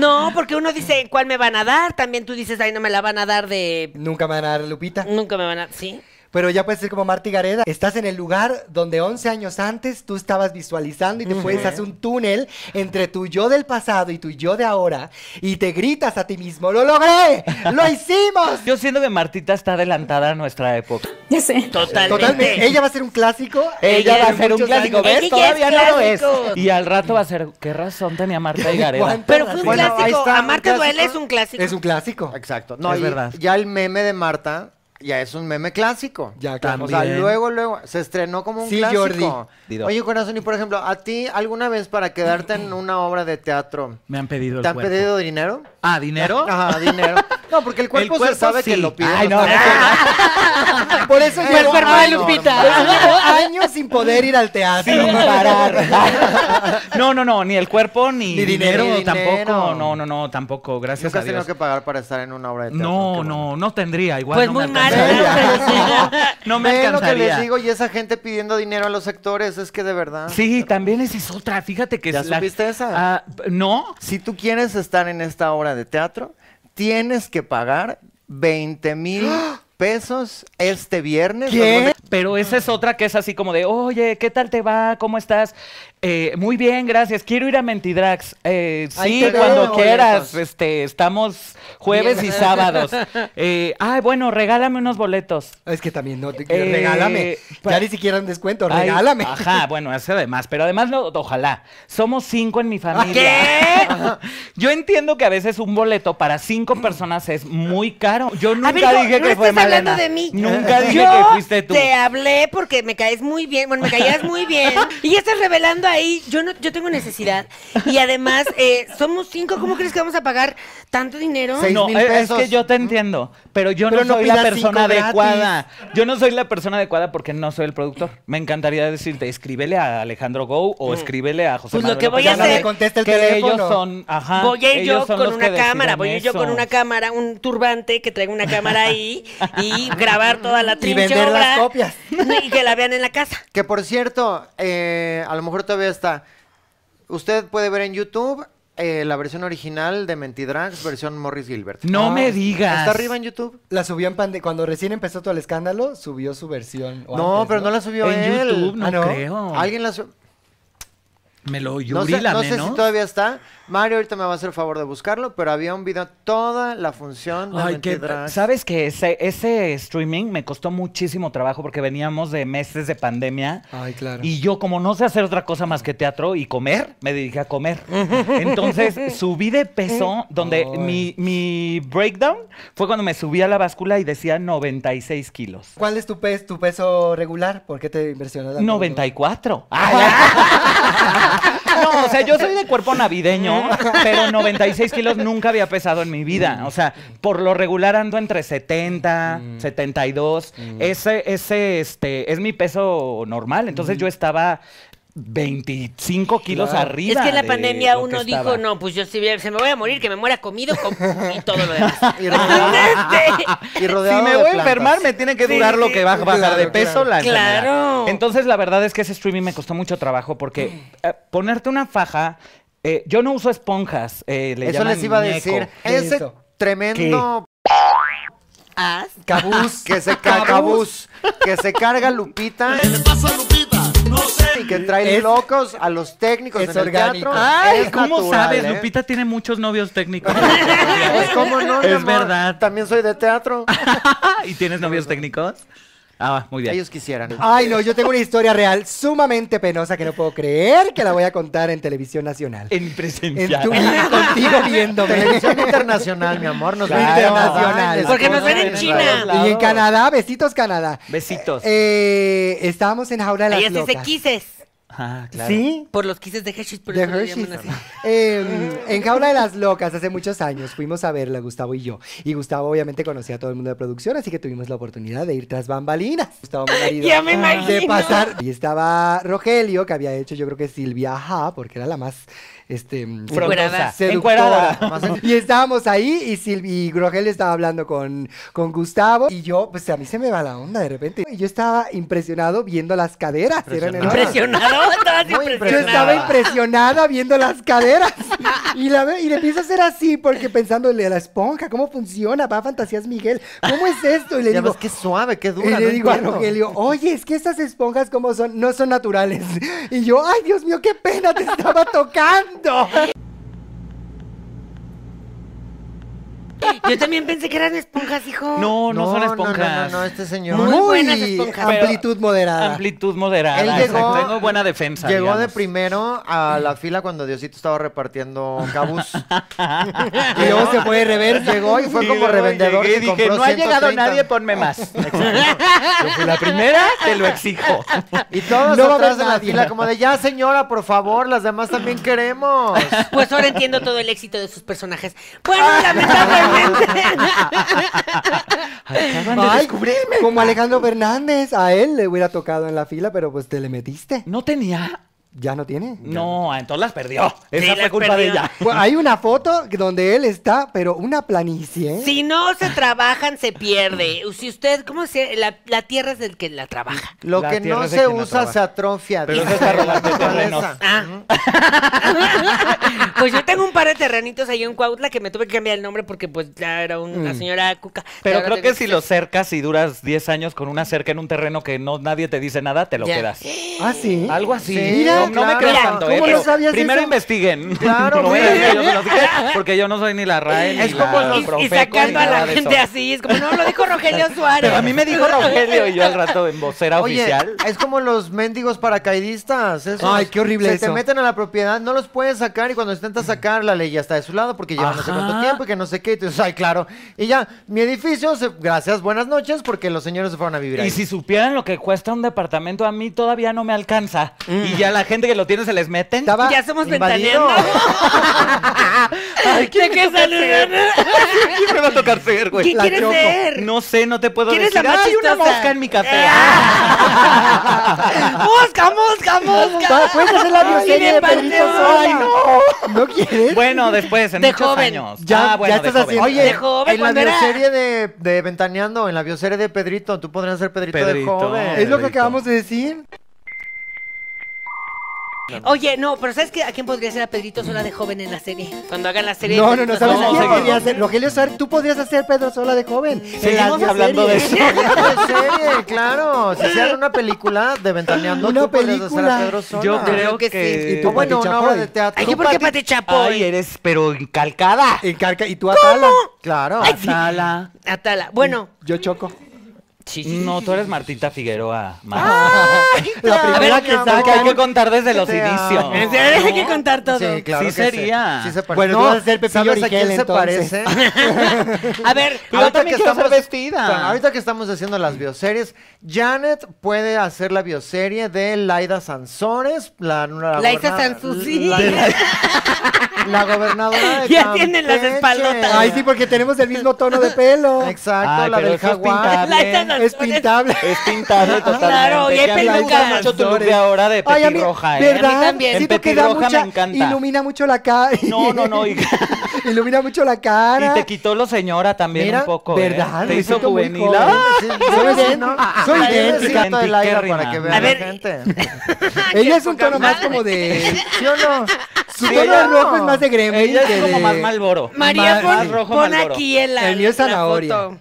Speaker 1: No, porque uno dice, ¿cuál me van a dar? También tú dices, ay, no me la van a dar de...
Speaker 5: Nunca me van a dar Lupita.
Speaker 3: Mm.
Speaker 1: Nunca me van a... ¿Sí?
Speaker 5: Pero ya puedes ser como Marty Gareda. Estás en el lugar donde 11 años antes tú estabas visualizando y te puedes hacer un túnel entre tu yo del pasado y tu yo de ahora y te gritas a ti mismo, ¡lo logré! ¡Lo hicimos!
Speaker 3: Yo siento que Martita está adelantada a nuestra época.
Speaker 7: Ya sé.
Speaker 1: Totalmente.
Speaker 5: Totalmente. Ella va a ser un clásico.
Speaker 3: Ella va a
Speaker 5: de
Speaker 3: ser un
Speaker 5: muchos
Speaker 3: clásico,
Speaker 5: años.
Speaker 1: ¿ves?
Speaker 3: ¿ves?
Speaker 1: Ella ya es
Speaker 3: Todavía no lo es.
Speaker 1: clásico.
Speaker 3: Y al rato va a ser, ¿qué razón tenía Marta y Gareda?
Speaker 5: ¿Cuánto?
Speaker 1: Pero fue un
Speaker 2: Bueno, ahí
Speaker 1: clásico.
Speaker 2: está, un
Speaker 1: Amarte
Speaker 2: clásico.
Speaker 1: duele es un clásico.
Speaker 5: Es un clásico.
Speaker 2: Exacto. No,
Speaker 3: Es
Speaker 2: y
Speaker 3: verdad.
Speaker 2: ya el meme de Marta ya es un meme clásico.
Speaker 5: Ya, claro.
Speaker 2: O sea,
Speaker 3: También.
Speaker 2: luego, luego, se estrenó como un
Speaker 5: Sí,
Speaker 2: clásico.
Speaker 3: Jordi.
Speaker 2: Oye, corazón, y por ejemplo, ¿a ti alguna vez para quedarte en una obra de teatro
Speaker 3: Me han pedido el
Speaker 2: te han
Speaker 3: cuerpo.
Speaker 2: pedido dinero?
Speaker 3: Ah, ¿dinero?
Speaker 2: Ajá, dinero. No, porque el cuerpo, se sabe que
Speaker 3: sí.
Speaker 2: lo pide.
Speaker 3: Ay, no, no,
Speaker 5: Ah, Por eso
Speaker 2: Ay,
Speaker 5: llevo
Speaker 2: el cuerpo de
Speaker 5: años-
Speaker 1: Lupita.
Speaker 5: por eso llevo años sin poder ir al teatro.
Speaker 3: Sí.
Speaker 5: sin parar.
Speaker 3: No, no, no, ni el cuerpo ni,
Speaker 2: Ni dinero,
Speaker 3: dinero,
Speaker 2: ni
Speaker 3: tampoco.
Speaker 2: dinero.
Speaker 3: No, no, no, tampoco. Gracias
Speaker 2: Nunca
Speaker 3: a
Speaker 2: has tenido
Speaker 3: Dios.
Speaker 2: que pagar para estar en una obra de teatro.
Speaker 3: No,
Speaker 2: qué
Speaker 3: no, no tendría igual.
Speaker 1: Pues
Speaker 3: no
Speaker 1: muy
Speaker 3: me
Speaker 1: mal,
Speaker 3: alcanzaría.
Speaker 1: ¿verdad? Pero
Speaker 3: No, no me
Speaker 2: Ve lo que
Speaker 3: alcanzaría.
Speaker 2: les digo y esa gente pidiendo dinero a los actores, es que de verdad.
Speaker 3: Sí, también esa es otra. Fíjate que
Speaker 2: ¿Ya
Speaker 3: es la-
Speaker 2: supiste esa?
Speaker 3: Ah, no.
Speaker 2: Si tú quieres estar en esta obra de teatro, tienes que pagar 20 mil pesos este viernes.
Speaker 5: ¿Qué?
Speaker 3: Pero esa es otra que es así como de, oye, ¿qué tal te va? ¿Cómo estás? Eh, muy bien, gracias. Quiero ir a Mentidrax. Eh,
Speaker 5: Ahí
Speaker 3: sí,
Speaker 5: te
Speaker 3: cuando
Speaker 5: veo,
Speaker 3: quieras.
Speaker 2: boletos.
Speaker 3: Este, estamos jueves y sábados. Eh, ay, bueno, regálame unos boletos.
Speaker 5: Es que también no te
Speaker 3: Eh,
Speaker 5: regálame. Ya
Speaker 3: pa-
Speaker 5: ni siquiera un descuento,
Speaker 1: Pues
Speaker 3: Ay,
Speaker 5: regálame.
Speaker 3: Ajá, bueno, eso además. Pero además, no, ojalá. Somos cinco en mi familia.
Speaker 1: ¿Qué?
Speaker 3: Ajá. Yo entiendo que a veces un boleto para cinco personas es muy caro. Yo nunca
Speaker 1: a ver,
Speaker 3: dije
Speaker 1: no,
Speaker 3: que
Speaker 1: no
Speaker 3: fue
Speaker 1: estés hablando
Speaker 3: Malena.
Speaker 1: de mí.
Speaker 3: Nunca dije
Speaker 1: Yo
Speaker 3: que fuiste tú.
Speaker 1: Te hablé porque me caes muy bien. Bueno, me caías muy bien. Y ya estás revelando ahí. Yo no, yo tengo necesidad. Y además, eh, somos cinco. ¿Cómo crees que vamos a pagar tanto dinero?
Speaker 2: Seis
Speaker 3: No,
Speaker 2: mil
Speaker 3: eh, es
Speaker 2: pesos.
Speaker 3: que yo te entiendo, pero yo
Speaker 5: Pero
Speaker 3: no
Speaker 5: no
Speaker 3: soy la
Speaker 5: pidas
Speaker 3: persona
Speaker 5: cinco gratis.
Speaker 3: adecuada. Yo no soy la persona adecuada porque no soy el productor. Me encantaría decirte, escríbele a Alejandro Go o escríbele a José
Speaker 1: Mm. Pues lo
Speaker 3: Manuel
Speaker 1: que voy a
Speaker 3: López Obrador,
Speaker 1: hacer- Ya no me
Speaker 5: contesta el
Speaker 3: que
Speaker 5: teléfono.
Speaker 3: ellos son, ajá,
Speaker 1: voy a ir
Speaker 3: ellos
Speaker 1: yo
Speaker 3: son
Speaker 1: con
Speaker 3: los
Speaker 1: una
Speaker 3: que
Speaker 1: cámara,
Speaker 3: decidan
Speaker 1: voy a ir yo con
Speaker 3: eso.
Speaker 1: una cámara, un turbante que traiga una cámara ahí y grabar toda la
Speaker 5: Y
Speaker 1: trinchera.
Speaker 5: vender las copias.
Speaker 1: Y que la vean en la casa.
Speaker 2: Que por cierto, eh, a lo mejor todavía está. Usted puede ver en YouTube eh, la versión original de Mentidrags, versión Morris Gilbert.
Speaker 3: No
Speaker 5: Ah,
Speaker 3: me digas.
Speaker 2: ¿Está arriba en YouTube?
Speaker 5: La subió en pande cuando recién empezó todo el escándalo, subió su versión. o
Speaker 2: no,
Speaker 5: antes,
Speaker 2: pero no la subió
Speaker 3: En
Speaker 2: él.
Speaker 3: YouTube, no,
Speaker 5: Ah, ¿no?
Speaker 3: creo.
Speaker 2: Alguien la subió.
Speaker 3: Me lo
Speaker 2: No
Speaker 3: yuri
Speaker 2: sé,
Speaker 3: la
Speaker 2: no
Speaker 3: ne,
Speaker 2: sé
Speaker 3: ¿no?
Speaker 2: si todavía está. Mario ahorita me va a hacer favor de buscarlo, pero había un video toda la función de
Speaker 3: Ay, que,
Speaker 2: Mentidrags.
Speaker 3: ¿Sabes que ese, ese streaming me costó muchísimo trabajo porque veníamos de meses de pandemia?
Speaker 5: Ay, claro.
Speaker 3: Y yo, como no sé hacer otra cosa más que teatro y comer, me dediqué a comer. Entonces subí de peso, donde
Speaker 5: Ay.
Speaker 3: mi, mi breakdown fue cuando me subí a la báscula y decía 96 kilos.
Speaker 5: ¿Cuál es tu, pes- tu peso regular? ¿Por qué te impresionó tanto?
Speaker 3: 94. Ah, No, o sea, yo soy de cuerpo navideño, pero 96 kilos nunca había pesado en mi vida. O sea, por lo regular ando entre 70, 72. Ese, ese, este, es mi peso normal. Entonces yo estaba 25 kilos
Speaker 5: Claro.
Speaker 3: arriba.
Speaker 1: es que en la
Speaker 3: de
Speaker 1: pandemia
Speaker 3: lo que
Speaker 1: uno
Speaker 3: estaba.
Speaker 1: dijo, no, pues yo sí, se me voy a morir, que me muera comido con- y todo lo demás.
Speaker 2: Y rodeado, y rodeado
Speaker 3: si me
Speaker 2: de
Speaker 3: voy a
Speaker 2: plantas.
Speaker 3: enfermar, me tiene que
Speaker 1: Sí,
Speaker 3: durar
Speaker 1: sí,
Speaker 3: lo
Speaker 1: sí.
Speaker 3: que va a bajar de
Speaker 5: Claro,
Speaker 3: peso la enfermedad.
Speaker 1: Claro.
Speaker 3: Entonces, la verdad es que ese streaming me costó mucho trabajo porque eh, ponerte una faja. eh, yo no uso esponjas. eh, le
Speaker 2: Eso
Speaker 3: llaman
Speaker 2: les iba a
Speaker 3: muñeco.
Speaker 2: decir.
Speaker 5: ¿Qué es
Speaker 2: Ese
Speaker 5: eso?
Speaker 2: tremendo
Speaker 1: Haz.
Speaker 5: Cabús.
Speaker 2: que se carga bus, que se carga Lupita. ¿Qué le pasa Lupita? Y que trae
Speaker 5: Es-
Speaker 2: locos a los técnicos
Speaker 5: es
Speaker 2: en el
Speaker 5: orgánico.
Speaker 2: teatro.
Speaker 3: Ay,
Speaker 2: Es
Speaker 3: ¿cómo
Speaker 2: natural,
Speaker 3: sabes?
Speaker 2: ¿eh?
Speaker 3: Lupita tiene muchos novios técnicos.
Speaker 2: Pues cómo no, mi
Speaker 3: Es
Speaker 2: amor?
Speaker 3: verdad. Ah,
Speaker 2: También soy de teatro.
Speaker 3: ¿Y tienes novios técnicos? Ah, muy bien.
Speaker 2: Ellos quisieran.
Speaker 5: Ay, no, yo tengo una historia real sumamente penosa que no puedo creer que la voy a contar en televisión nacional.
Speaker 3: En
Speaker 5: En
Speaker 3: presencia.
Speaker 5: tu, contigo viéndome.
Speaker 2: Televisión internacional, mi amor. Nos
Speaker 5: Claro.
Speaker 2: vemos.
Speaker 5: Internacional.
Speaker 2: Ay,
Speaker 5: Porque
Speaker 2: les
Speaker 1: nos ven en
Speaker 2: pongo
Speaker 1: China.
Speaker 2: radio.
Speaker 5: Y en Canadá, besitos Canadá.
Speaker 3: Besitos.
Speaker 5: Eh, estábamos en Jaula de las
Speaker 1: Ahí se dice
Speaker 5: Locas.
Speaker 1: quises.
Speaker 3: Ah, claro.
Speaker 5: ¿Sí?
Speaker 1: Por los quises de Hershey's, por
Speaker 5: De
Speaker 1: eso le
Speaker 5: Hershey's.
Speaker 1: llaman así.
Speaker 5: Eh, en Jaula de las Locas, hace muchos años, fuimos a verla, Gustavo y yo. Y Gustavo obviamente conocía a todo el mundo de producción, así que tuvimos la oportunidad de ir tras bambalinas. Gustavo, mi marido,
Speaker 1: Ya me imagino.
Speaker 5: De pasar. Y estaba Rogelio, que había hecho, yo creo que Silvia Ajá, porque era la más, este...
Speaker 3: Frondosa.
Speaker 5: seductora.
Speaker 3: Encuerada.
Speaker 5: Y estábamos ahí y, Silvi, y Rogelio estaba hablando con, con Gustavo y yo, pues a mí se me va la onda de repente. Y yo estaba impresionado viendo las caderas. eran enormes.
Speaker 1: Impresionado, estabas
Speaker 2: Muy
Speaker 5: Yo
Speaker 1: impresionado.
Speaker 5: estaba impresionada viendo las caderas. Y, la ve- y le empiezo a hacer así, porque pensando, "Le- la esponja, ¿cómo funciona? Va a Fantasías Miguel. ¿Cómo es esto? Y le
Speaker 2: Ya
Speaker 5: digo,
Speaker 2: ves qué suave, qué dura.
Speaker 5: y le
Speaker 2: no
Speaker 5: digo a
Speaker 2: entiendo.
Speaker 5: Rogelio, oye, es que estas esponjas como son, no son naturales. Y yo, ay, Dios mío, qué pena, te estaba tocando.
Speaker 1: Yo también pensé que eran esponjas, hijo.
Speaker 3: No, no, son esponjas.
Speaker 2: No, no, no, este señor.
Speaker 1: Muy buenas
Speaker 5: Muy
Speaker 1: esponjas.
Speaker 5: amplitud moderada.
Speaker 3: Amplitud moderada.
Speaker 2: Él
Speaker 3: exacto.
Speaker 2: llegó,
Speaker 3: Tengo buena defensa.
Speaker 2: Llegó de
Speaker 3: digamos.
Speaker 2: primero a la fila cuando Diosito estaba repartiendo cabus.
Speaker 5: y luego se fue de reversa.
Speaker 2: Llegó y fue
Speaker 3: Y
Speaker 2: como
Speaker 3: luego
Speaker 2: revendedor.
Speaker 3: llegué
Speaker 2: y
Speaker 3: y dije,
Speaker 2: compró
Speaker 3: no ha llegado
Speaker 2: 130.
Speaker 3: nadie, ponme más. Yo fui la primera, te lo exijo.
Speaker 2: Y todos
Speaker 5: No va a
Speaker 2: atrás
Speaker 5: haber
Speaker 2: de la
Speaker 5: nadie.
Speaker 2: fila como de, ya señora, por favor, las demás también queremos.
Speaker 1: Pues ahora entiendo todo el éxito de sus personajes. Bueno, lamentablemente.
Speaker 3: Acaban de
Speaker 5: Ay,
Speaker 3: descubrir-
Speaker 5: Como Alejandro Fernández, a él le hubiera tocado en la fila, pero pues te le metiste.
Speaker 3: ¿No tenía?
Speaker 5: Ya no tiene.
Speaker 3: No, ah, entonces las perdió. Esa
Speaker 1: las
Speaker 3: fue culpa
Speaker 1: perdió.
Speaker 3: de ella.
Speaker 5: Bueno, hay una foto donde él está, pero una planicie.
Speaker 1: Si no se trabajan, se pierde. Si usted, ¿cómo se La, la tierra es el que la trabaja.
Speaker 2: Lo
Speaker 3: La
Speaker 2: que
Speaker 3: tierra
Speaker 2: no
Speaker 3: es de
Speaker 2: se
Speaker 3: quien la
Speaker 2: usa
Speaker 3: trabaja.
Speaker 2: se atrofia.
Speaker 3: Pero
Speaker 2: dice
Speaker 3: eso está
Speaker 2: la
Speaker 3: robando
Speaker 2: naturaleza.
Speaker 3: terrenos.
Speaker 1: Ah. pues yo tengo un par de terrenitos ahí en Cuautla que me tuve que cambiar el nombre porque pues ya era una
Speaker 3: Mm.
Speaker 1: señora cuca.
Speaker 3: Pero
Speaker 1: Ahora
Speaker 3: creo que
Speaker 1: tengo
Speaker 3: si lo cercas y duras 10 años con una cerca en un terreno que no nadie te dice nada, te lo
Speaker 1: Ya.
Speaker 3: quedas.
Speaker 5: Ah, sí.
Speaker 3: Algo así.
Speaker 2: Sí,
Speaker 3: no, no
Speaker 2: claro.
Speaker 3: me creas
Speaker 1: Mira,
Speaker 3: tanto,
Speaker 5: ¿cómo
Speaker 3: ¿eh?
Speaker 5: no
Speaker 3: Pero
Speaker 5: sabías
Speaker 3: primero
Speaker 5: eso?
Speaker 3: investiguen.
Speaker 2: Claro,
Speaker 3: no voy a
Speaker 2: mira.
Speaker 3: decir yo se los dije, porque yo no soy ni la RAE
Speaker 2: Es
Speaker 3: ni
Speaker 2: como
Speaker 3: la
Speaker 2: los
Speaker 1: Y, y
Speaker 3: Profeco,
Speaker 1: sacando
Speaker 3: ni
Speaker 1: a la
Speaker 3: nada de
Speaker 1: gente
Speaker 3: eso.
Speaker 1: así, es como, no, lo dijo Rogelio Suárez.
Speaker 3: Pero a mí me dijo Rogelio y yo al rato en vocera
Speaker 2: Oye,
Speaker 3: oficial.
Speaker 2: es como los mendigos paracaidistas. esos.
Speaker 5: Ay, qué horrible
Speaker 2: Se te
Speaker 5: eso.
Speaker 2: meten a la propiedad, no los puedes sacar y cuando intentas sacar la ley ya está de su lado porque lleva no sé cuánto
Speaker 3: Ajá.
Speaker 2: tiempo y que no sé qué. Y tú dices, ay, claro. Y ya, mi edificio, se- gracias, buenas noches, porque los señores se fueron a vivir ahí.
Speaker 3: Y si supieran lo que cuesta un departamento, a mí todavía no me alcanza. Y ya la gente que lo tiene se les meten.
Speaker 5: Estaba
Speaker 1: Ya somos
Speaker 5: invadido.
Speaker 1: ventaneando. Ay, ¿qué quieres ser?
Speaker 3: ¿Quién me va a tocar ser, güey?
Speaker 1: ¿Quién
Speaker 5: La
Speaker 1: quieres
Speaker 5: choco.
Speaker 1: ser?
Speaker 3: No sé, no te puedo
Speaker 1: ¿Quién es
Speaker 3: decir.
Speaker 1: la
Speaker 3: Ah,
Speaker 1: más Eh.
Speaker 3: ¡Ay, una
Speaker 1: chistosa?
Speaker 3: mosca en mi café! Ah.
Speaker 1: ¡Mosca, mosca, mosca!
Speaker 5: Va, Puedes hacer la
Speaker 1: Ay,
Speaker 5: bioserie
Speaker 1: me
Speaker 5: de Pedrito
Speaker 1: partió.
Speaker 5: Sola. ¿No quieres?
Speaker 3: Bueno, después, en
Speaker 1: De
Speaker 3: muchos
Speaker 1: joven.
Speaker 3: años.
Speaker 5: Ya-
Speaker 3: ah, bueno,
Speaker 5: ya estás
Speaker 3: de joven.
Speaker 5: haciendo-
Speaker 2: Oye,
Speaker 1: De joven,
Speaker 2: en la
Speaker 1: cuando era-
Speaker 2: bioserie de, de Ventaneando, en la bioserie de Pedrito, tú podrías ser Pedrito,
Speaker 3: Pedrito.
Speaker 2: de joven.
Speaker 5: Es lo que
Speaker 3: Pedrito.
Speaker 5: acabamos de decir.
Speaker 1: Oye, no, pero ¿sabes qué? ¿A quién podría ser a Pedrito Sola de joven en la serie? Cuando hagan la serie.
Speaker 5: No, no, no, ¿sabes
Speaker 3: No,
Speaker 5: quién
Speaker 3: seguimos.
Speaker 5: podría ser? Rogelio Suárez, tú podrías hacer Pedro Sola de joven. En
Speaker 3: Seguimos
Speaker 5: la
Speaker 3: hablando de eso.
Speaker 5: serie.
Speaker 2: De serie, claro. Si hicieran una película de Ventaneando,
Speaker 5: Una
Speaker 2: tú podrías hacer a
Speaker 5: película.
Speaker 2: Pedro Sola.
Speaker 3: Yo creo
Speaker 1: Creo
Speaker 3: que,
Speaker 1: que
Speaker 2: O
Speaker 1: sí.
Speaker 3: sí.
Speaker 5: tú,
Speaker 2: Ah, bueno,
Speaker 5: Pati
Speaker 2: una
Speaker 5: Chapoy.
Speaker 2: obra de teatro.
Speaker 1: Ay, ¿qué por qué Pati
Speaker 3: Ay,
Speaker 1: Chapoy?
Speaker 3: eres pero calcada.
Speaker 5: En Carca- y tú atala.
Speaker 2: Claro.
Speaker 3: Sala.
Speaker 1: Atala. Bueno.
Speaker 5: Yo choco.
Speaker 1: Sí, sí, sí.
Speaker 3: No, tú eres Martita Figueroa. Ma.
Speaker 5: La
Speaker 2: claro,
Speaker 5: primera
Speaker 2: mi
Speaker 5: que
Speaker 2: amor.
Speaker 3: Porque hay
Speaker 5: saca.
Speaker 3: que contar desde los
Speaker 2: Te amo.
Speaker 3: inicios.
Speaker 1: En serio, hay que contar todo.
Speaker 2: Sí, claro
Speaker 3: Sí
Speaker 2: que
Speaker 3: sería.
Speaker 2: Sí, se parece.
Speaker 5: Bueno, tú vas a ser Pepillo
Speaker 2: ¿sabes a quién
Speaker 5: Origel,
Speaker 2: se
Speaker 5: entonces.
Speaker 2: parece?
Speaker 1: A ver,
Speaker 3: Yo también quiero ser vestida.
Speaker 2: ahorita que estamos haciendo las bioseries, Janet puede hacer la bioserie de Laida Sansores, la, la,
Speaker 1: Laisa
Speaker 2: goberna-
Speaker 1: Sansusi.
Speaker 2: la, la gobernadora de
Speaker 1: Ya tienen las
Speaker 2: Campeche.
Speaker 1: espaldotas.
Speaker 5: Ay, sí, porque tenemos el mismo tono de pelo.
Speaker 2: Exacto,
Speaker 3: Ay,
Speaker 2: la
Speaker 3: pero
Speaker 2: del
Speaker 3: eso es
Speaker 2: jaguar.
Speaker 3: pintable.
Speaker 1: Laisa Sansusi.
Speaker 5: Es pintable.
Speaker 3: Es pintado totalmente.
Speaker 1: Claro, y hay
Speaker 3: Que a mí me gusta
Speaker 1: pelucas.
Speaker 3: mucho tu look de ahora de
Speaker 5: Ay, a mí-
Speaker 3: petirroja, ¿eh?
Speaker 5: ¿Verdad?
Speaker 1: A mí también.
Speaker 5: Siento
Speaker 3: En
Speaker 5: que da
Speaker 3: petirroja
Speaker 5: mucha,
Speaker 3: me encanta.
Speaker 5: Ilumina mucho la cara.
Speaker 3: No, no, no, y-
Speaker 5: ilumina mucho la cara.
Speaker 3: Y te quitó lo señora también
Speaker 2: Mira,
Speaker 3: un poco, ¿eh?
Speaker 5: ¿Verdad?
Speaker 3: Te
Speaker 5: Me
Speaker 3: hizo
Speaker 5: siento muy
Speaker 3: juvenil.
Speaker 5: joven.
Speaker 3: ¡Ah!
Speaker 2: Sí, soy idéntica. Soy
Speaker 5: Soy
Speaker 2: idéntica
Speaker 3: idéntica.
Speaker 2: de Laida para que vean
Speaker 1: A ver,
Speaker 2: la gente.
Speaker 5: Ella es un
Speaker 1: poca
Speaker 5: tono más
Speaker 1: madre.
Speaker 5: como de.
Speaker 2: ¿Sí o no?
Speaker 5: Su
Speaker 2: Sí,
Speaker 5: tono de
Speaker 2: no.
Speaker 5: rojo es más de gremlin.
Speaker 3: Ella
Speaker 5: que
Speaker 3: es como
Speaker 5: de-
Speaker 3: más malboro.
Speaker 1: María,
Speaker 3: más,
Speaker 1: pon,
Speaker 3: más rojo
Speaker 1: pon
Speaker 3: Malboro.
Speaker 1: aquí el, la,
Speaker 5: El mío es
Speaker 1: la
Speaker 5: zanahoria.
Speaker 1: foto.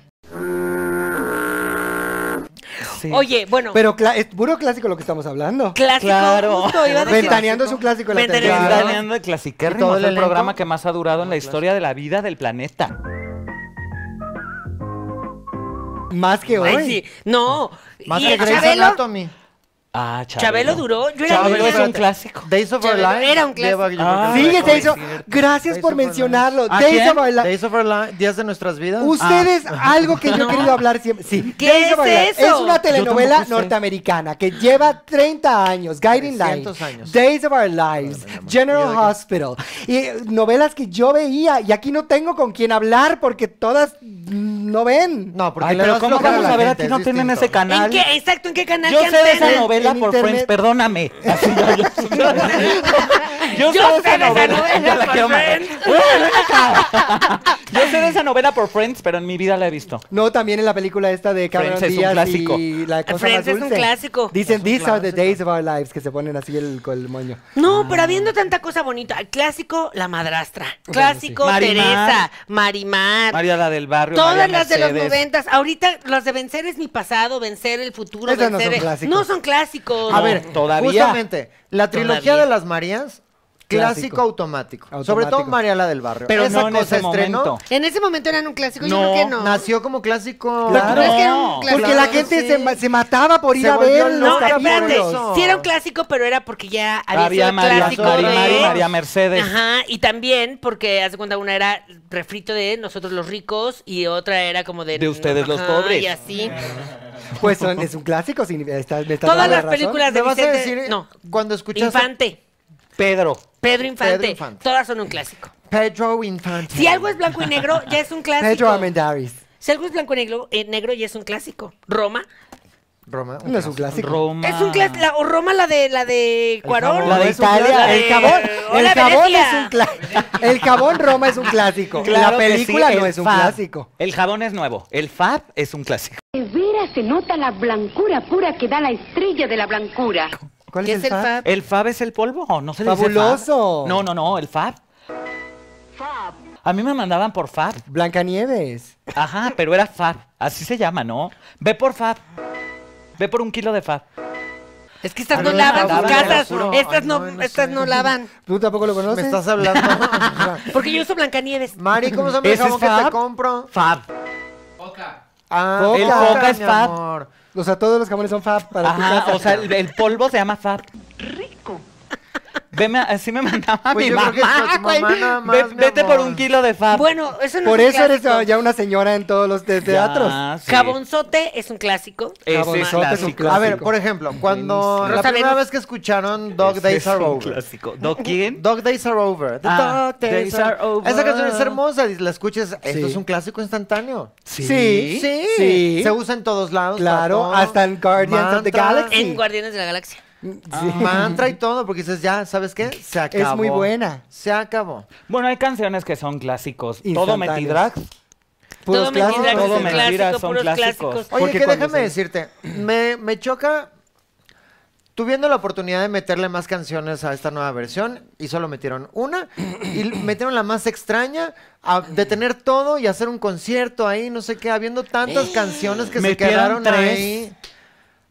Speaker 3: Sí.
Speaker 1: Oye, bueno,
Speaker 5: Pero cla- es puro clásico lo que estamos hablando.
Speaker 1: clásico.
Speaker 3: claro.
Speaker 1: Justo, iba a decir-
Speaker 5: Ventaneando es un clásico de la
Speaker 1: Ventaneando.
Speaker 5: televisión.
Speaker 3: Ventaneando de
Speaker 2: ¿Y todo
Speaker 3: Clasiquérrimo
Speaker 2: el
Speaker 3: fue el
Speaker 2: elenco?
Speaker 3: programa que más ha durado en la historia de la vida del planeta.
Speaker 5: Más que hoy.
Speaker 1: Ay, sí.
Speaker 3: ¿eh?
Speaker 1: No.
Speaker 2: Más
Speaker 1: y
Speaker 2: que
Speaker 1: el
Speaker 2: Grey's
Speaker 1: Chabelo,
Speaker 2: Anatomy.
Speaker 3: Ah, Chabelo.
Speaker 1: Chabelo duró. Yo era
Speaker 3: Chabelo
Speaker 1: niña.
Speaker 3: es un clásico.
Speaker 2: Days of Our
Speaker 1: Chabelo,
Speaker 2: Lives.
Speaker 1: era un clásico.
Speaker 2: lleva- yo creo
Speaker 3: Ah,
Speaker 2: que
Speaker 5: Sí,
Speaker 2: el
Speaker 5: te
Speaker 2: récord.
Speaker 5: hizo. Gracias
Speaker 2: Days
Speaker 5: por
Speaker 2: of Our
Speaker 5: mencionarlo.
Speaker 3: ¿A
Speaker 5: Days
Speaker 3: quién?
Speaker 5: of Our Li-
Speaker 2: Days of Our Lives, días de nuestras vidas. Ah,
Speaker 5: Ustedes, algo que yo he querido hablar siempre. Sí.
Speaker 1: ¿Qué
Speaker 5: Days of Our
Speaker 1: es
Speaker 5: Li-
Speaker 1: eso?
Speaker 5: Es una
Speaker 1: Yo
Speaker 5: telenovela
Speaker 3: tampoco sé.
Speaker 5: norteamericana que lleva 30 años. Guiding Light.
Speaker 2: 300 años.
Speaker 5: Days of Our Lives. General Hospital. Y eh, novelas que yo veía. Y aquí no tengo con quién hablar porque todas mm, no ven.
Speaker 2: No, porque
Speaker 3: Ay,
Speaker 2: le
Speaker 3: pero
Speaker 2: das
Speaker 3: ¿cómo
Speaker 2: flojera
Speaker 3: vamos
Speaker 2: la
Speaker 3: a ver a
Speaker 2: gente,
Speaker 3: ti? No
Speaker 2: es
Speaker 3: tienen
Speaker 2: distinto.
Speaker 3: ese canal.
Speaker 1: ¿En qué? Exacto, ¿en qué canal?
Speaker 3: Yo
Speaker 1: ¿Qué
Speaker 3: sé de
Speaker 1: antena?
Speaker 3: esa novela
Speaker 5: En
Speaker 3: por Friends,
Speaker 5: internet.
Speaker 3: perdóname. Así, yo, yo- yo
Speaker 1: Yo sé de esa novela
Speaker 3: ya la
Speaker 1: por
Speaker 3: quiero matar.
Speaker 1: Friends.
Speaker 3: ¡Uy, ven acá! Yo sé de esa novela por Friends, pero en mi vida la he visto.
Speaker 5: No, también en la película esta de Cameron
Speaker 3: Friends es un
Speaker 5: Díaz
Speaker 3: clásico.
Speaker 5: y la cosa
Speaker 1: Friends
Speaker 5: más
Speaker 1: es un
Speaker 5: dulce.
Speaker 1: clásico.
Speaker 5: Dicen,
Speaker 2: Es un
Speaker 5: these are the
Speaker 2: clásico.
Speaker 5: days of our lives, que se ponen así el, con el moño.
Speaker 1: No,
Speaker 3: Ah.
Speaker 1: pero habiendo tanta cosa bonita. El clásico, la madrastra. Clásico,
Speaker 3: Marimar.
Speaker 1: Teresa. Marimar.
Speaker 3: María la del barrio.
Speaker 1: Todas
Speaker 3: María
Speaker 1: las de los
Speaker 3: Mercedes.
Speaker 1: noventas. Ahorita las de vencer es mi pasado, vencer el futuro.
Speaker 5: Esas no
Speaker 1: vencer
Speaker 5: son
Speaker 1: el-
Speaker 5: clásicos.
Speaker 1: No son clásicos.
Speaker 2: A
Speaker 3: No,
Speaker 2: ver,
Speaker 3: todavía.
Speaker 2: justamente, la trilogía
Speaker 1: Todavía.
Speaker 2: de las Marías, clásico
Speaker 5: Clásico.
Speaker 2: automático. Sobre todo
Speaker 5: Automático.
Speaker 2: María la del Barrio.
Speaker 3: Pero
Speaker 2: Esa
Speaker 3: no en
Speaker 2: cosa
Speaker 3: ese
Speaker 2: estrenó,
Speaker 3: momento.
Speaker 1: En ese momento eran un clásico. Yo
Speaker 3: No,
Speaker 1: creo que no.
Speaker 2: Nació como clásico.
Speaker 5: Claro.
Speaker 1: ¿Tú crees que era un
Speaker 3: No,
Speaker 1: clásico?
Speaker 5: Porque la
Speaker 2: Claro,
Speaker 5: gente
Speaker 2: sí.
Speaker 5: se, ma- se mataba por ir
Speaker 2: Se
Speaker 5: a
Speaker 2: volvió
Speaker 5: ver
Speaker 2: loca
Speaker 5: los
Speaker 1: No, espérate.
Speaker 5: capítulos.
Speaker 2: capítulos.
Speaker 1: Sí era un clásico, pero era porque ya había,
Speaker 3: Había
Speaker 1: sido
Speaker 3: María,
Speaker 1: clásico
Speaker 3: María,
Speaker 1: de-
Speaker 3: María, María Mercedes.
Speaker 1: Ajá, y también porque hace cuenta una era refrito de nosotros los ricos y otra era como de
Speaker 3: De ustedes los
Speaker 1: ajá,
Speaker 3: pobres.
Speaker 1: y así.
Speaker 5: Pues son- es un clásico. sin- eh, está- me estás
Speaker 1: Todas
Speaker 5: dando la
Speaker 1: las
Speaker 5: razón.
Speaker 1: películas de
Speaker 2: ¿Me vas a
Speaker 1: Vicente-
Speaker 2: decir
Speaker 1: no,
Speaker 2: cuando escuchaste
Speaker 1: Infante.
Speaker 3: Pedro.
Speaker 1: Pedro Infante.
Speaker 2: Pedro Infante.
Speaker 1: Todas son un clásico.
Speaker 2: Pedro Infante.
Speaker 1: Si algo es blanco y negro, ya es un clásico.
Speaker 5: Pedro Amendaris.
Speaker 1: Si algo es blanco y negro, eh, negro ya es un clásico. Roma.
Speaker 2: Roma.
Speaker 5: No es un clásico.
Speaker 3: Roma.
Speaker 1: Es un clásico. O Roma la de la de Cuarón.
Speaker 5: Jabón
Speaker 3: La de
Speaker 5: es un clásico.
Speaker 3: Italia.
Speaker 5: El jabón, el
Speaker 1: Eh, Hola,
Speaker 5: jabón
Speaker 1: Venecia.
Speaker 5: es un clásico. El jabón Roma es un clásico.
Speaker 3: Claro
Speaker 5: la
Speaker 3: que sí,
Speaker 5: película
Speaker 3: el
Speaker 5: no es un
Speaker 3: Fab.
Speaker 5: clásico.
Speaker 3: El jabón es nuevo. El Fab es un clásico.
Speaker 8: De veras se nota la blancura pura que da la estrella de la blancura.
Speaker 5: ¿Cuál
Speaker 1: ¿Qué
Speaker 5: es el Fab?
Speaker 3: ¿El Fab es el polvo? ¿O ¿No se le dice
Speaker 5: Fabuloso.
Speaker 3: Fab? No, no, no, el Fab. A mí me mandaban por Fab.
Speaker 5: Blancanieves.
Speaker 3: Ajá, pero era Fab. Así se llama, ¿no? Ve por Fab. Ve por un kilo de Fab.
Speaker 1: Es que estas
Speaker 2: Ah,
Speaker 1: no
Speaker 2: no,
Speaker 1: lavan
Speaker 2: no,
Speaker 1: sus
Speaker 2: no,
Speaker 1: casas.
Speaker 2: no, no,
Speaker 1: Estas
Speaker 2: ay,
Speaker 1: no,
Speaker 2: no, no
Speaker 1: estas
Speaker 2: sé.
Speaker 1: no lavan.
Speaker 5: ¿Tú tampoco lo
Speaker 2: Me
Speaker 5: conoces?
Speaker 2: estás hablando.
Speaker 1: Porque yo uso Blancanieves.
Speaker 2: Mari, ¿cómo se llama el
Speaker 3: ¿Ese es
Speaker 2: jabón que
Speaker 3: Fab?
Speaker 2: te compro?
Speaker 3: Fab.
Speaker 2: Ah,
Speaker 5: Foca. El
Speaker 3: Foca es
Speaker 2: mi
Speaker 3: Fab.
Speaker 2: amor.
Speaker 5: O sea, todos los jabones son Fab para tu
Speaker 3: Ajá,
Speaker 5: casa.
Speaker 3: o sea, el, el polvo se llama Fab.
Speaker 8: Rico.
Speaker 3: Veme, así me mandaba
Speaker 2: Pues
Speaker 3: mi
Speaker 2: yo creo que
Speaker 3: mamá,
Speaker 2: es tu
Speaker 3: güey.
Speaker 2: mamá nada más,
Speaker 3: Ve-
Speaker 2: mi
Speaker 3: vete por
Speaker 2: amor.
Speaker 3: un kilo de Fab.
Speaker 1: Bueno, eso no
Speaker 5: Por
Speaker 1: es un
Speaker 5: eso eres
Speaker 1: clásico.
Speaker 5: ya una señora en todos los te- teatros.
Speaker 3: Ya, sí. Eh,
Speaker 1: Jabonzote es un clásico.
Speaker 3: Ese es
Speaker 5: Jabonzote es un
Speaker 3: clásico.
Speaker 2: A ver,
Speaker 5: Clásico.
Speaker 2: por ejemplo, cuando
Speaker 1: Buenísimo.
Speaker 2: la
Speaker 1: Rosa
Speaker 2: primera
Speaker 1: Venus.
Speaker 2: vez que escucharon Dog
Speaker 3: Ese
Speaker 2: Days
Speaker 3: es
Speaker 2: Are
Speaker 3: un
Speaker 2: Over.
Speaker 3: clásico. ¿Do quién?
Speaker 2: Dog Days Are Over. The
Speaker 3: Ah,
Speaker 2: Dog Days,
Speaker 3: Days
Speaker 2: are...
Speaker 3: Are Over.
Speaker 2: Esa canción es hermosa. y La escuchas. Esto
Speaker 5: Sí.
Speaker 2: es un clásico instantáneo.
Speaker 5: Sí.
Speaker 2: Sí.
Speaker 5: Sí.
Speaker 2: Se usa en todos lados.
Speaker 5: Claro,
Speaker 2: para todo.
Speaker 5: hasta en Guardians of the
Speaker 2: Mantra.
Speaker 5: Galaxy.
Speaker 1: En Guardianes de la Galaxia.
Speaker 5: Sí.
Speaker 3: Ah,
Speaker 2: Mantra y todo, porque dices, ya, ¿sabes qué? Se acabó.
Speaker 5: muy buena.
Speaker 2: Se acabó.
Speaker 3: Bueno, hay canciones que son clásicos. Todo
Speaker 5: Instantáneos.
Speaker 3: metidrag.
Speaker 5: Puros
Speaker 1: todo
Speaker 5: clásicos.
Speaker 1: Mentidrax
Speaker 3: todo
Speaker 1: es un
Speaker 3: Mentidrax
Speaker 1: clásico,
Speaker 3: son
Speaker 1: puros
Speaker 3: clásicos.
Speaker 1: clásicos.
Speaker 2: Oye,
Speaker 5: Porque
Speaker 2: que
Speaker 5: cuando
Speaker 2: déjame
Speaker 5: se-
Speaker 2: decirte, me, me choca. Tuvieron la oportunidad de meterle más canciones a esta nueva versión y solo metieron una y l- metieron la más extraña a detener todo y hacer un concierto ahí, no sé qué, habiendo
Speaker 1: Eh.
Speaker 2: tantas canciones que se
Speaker 3: Metieron
Speaker 2: quedaron
Speaker 3: tres.
Speaker 2: ahí.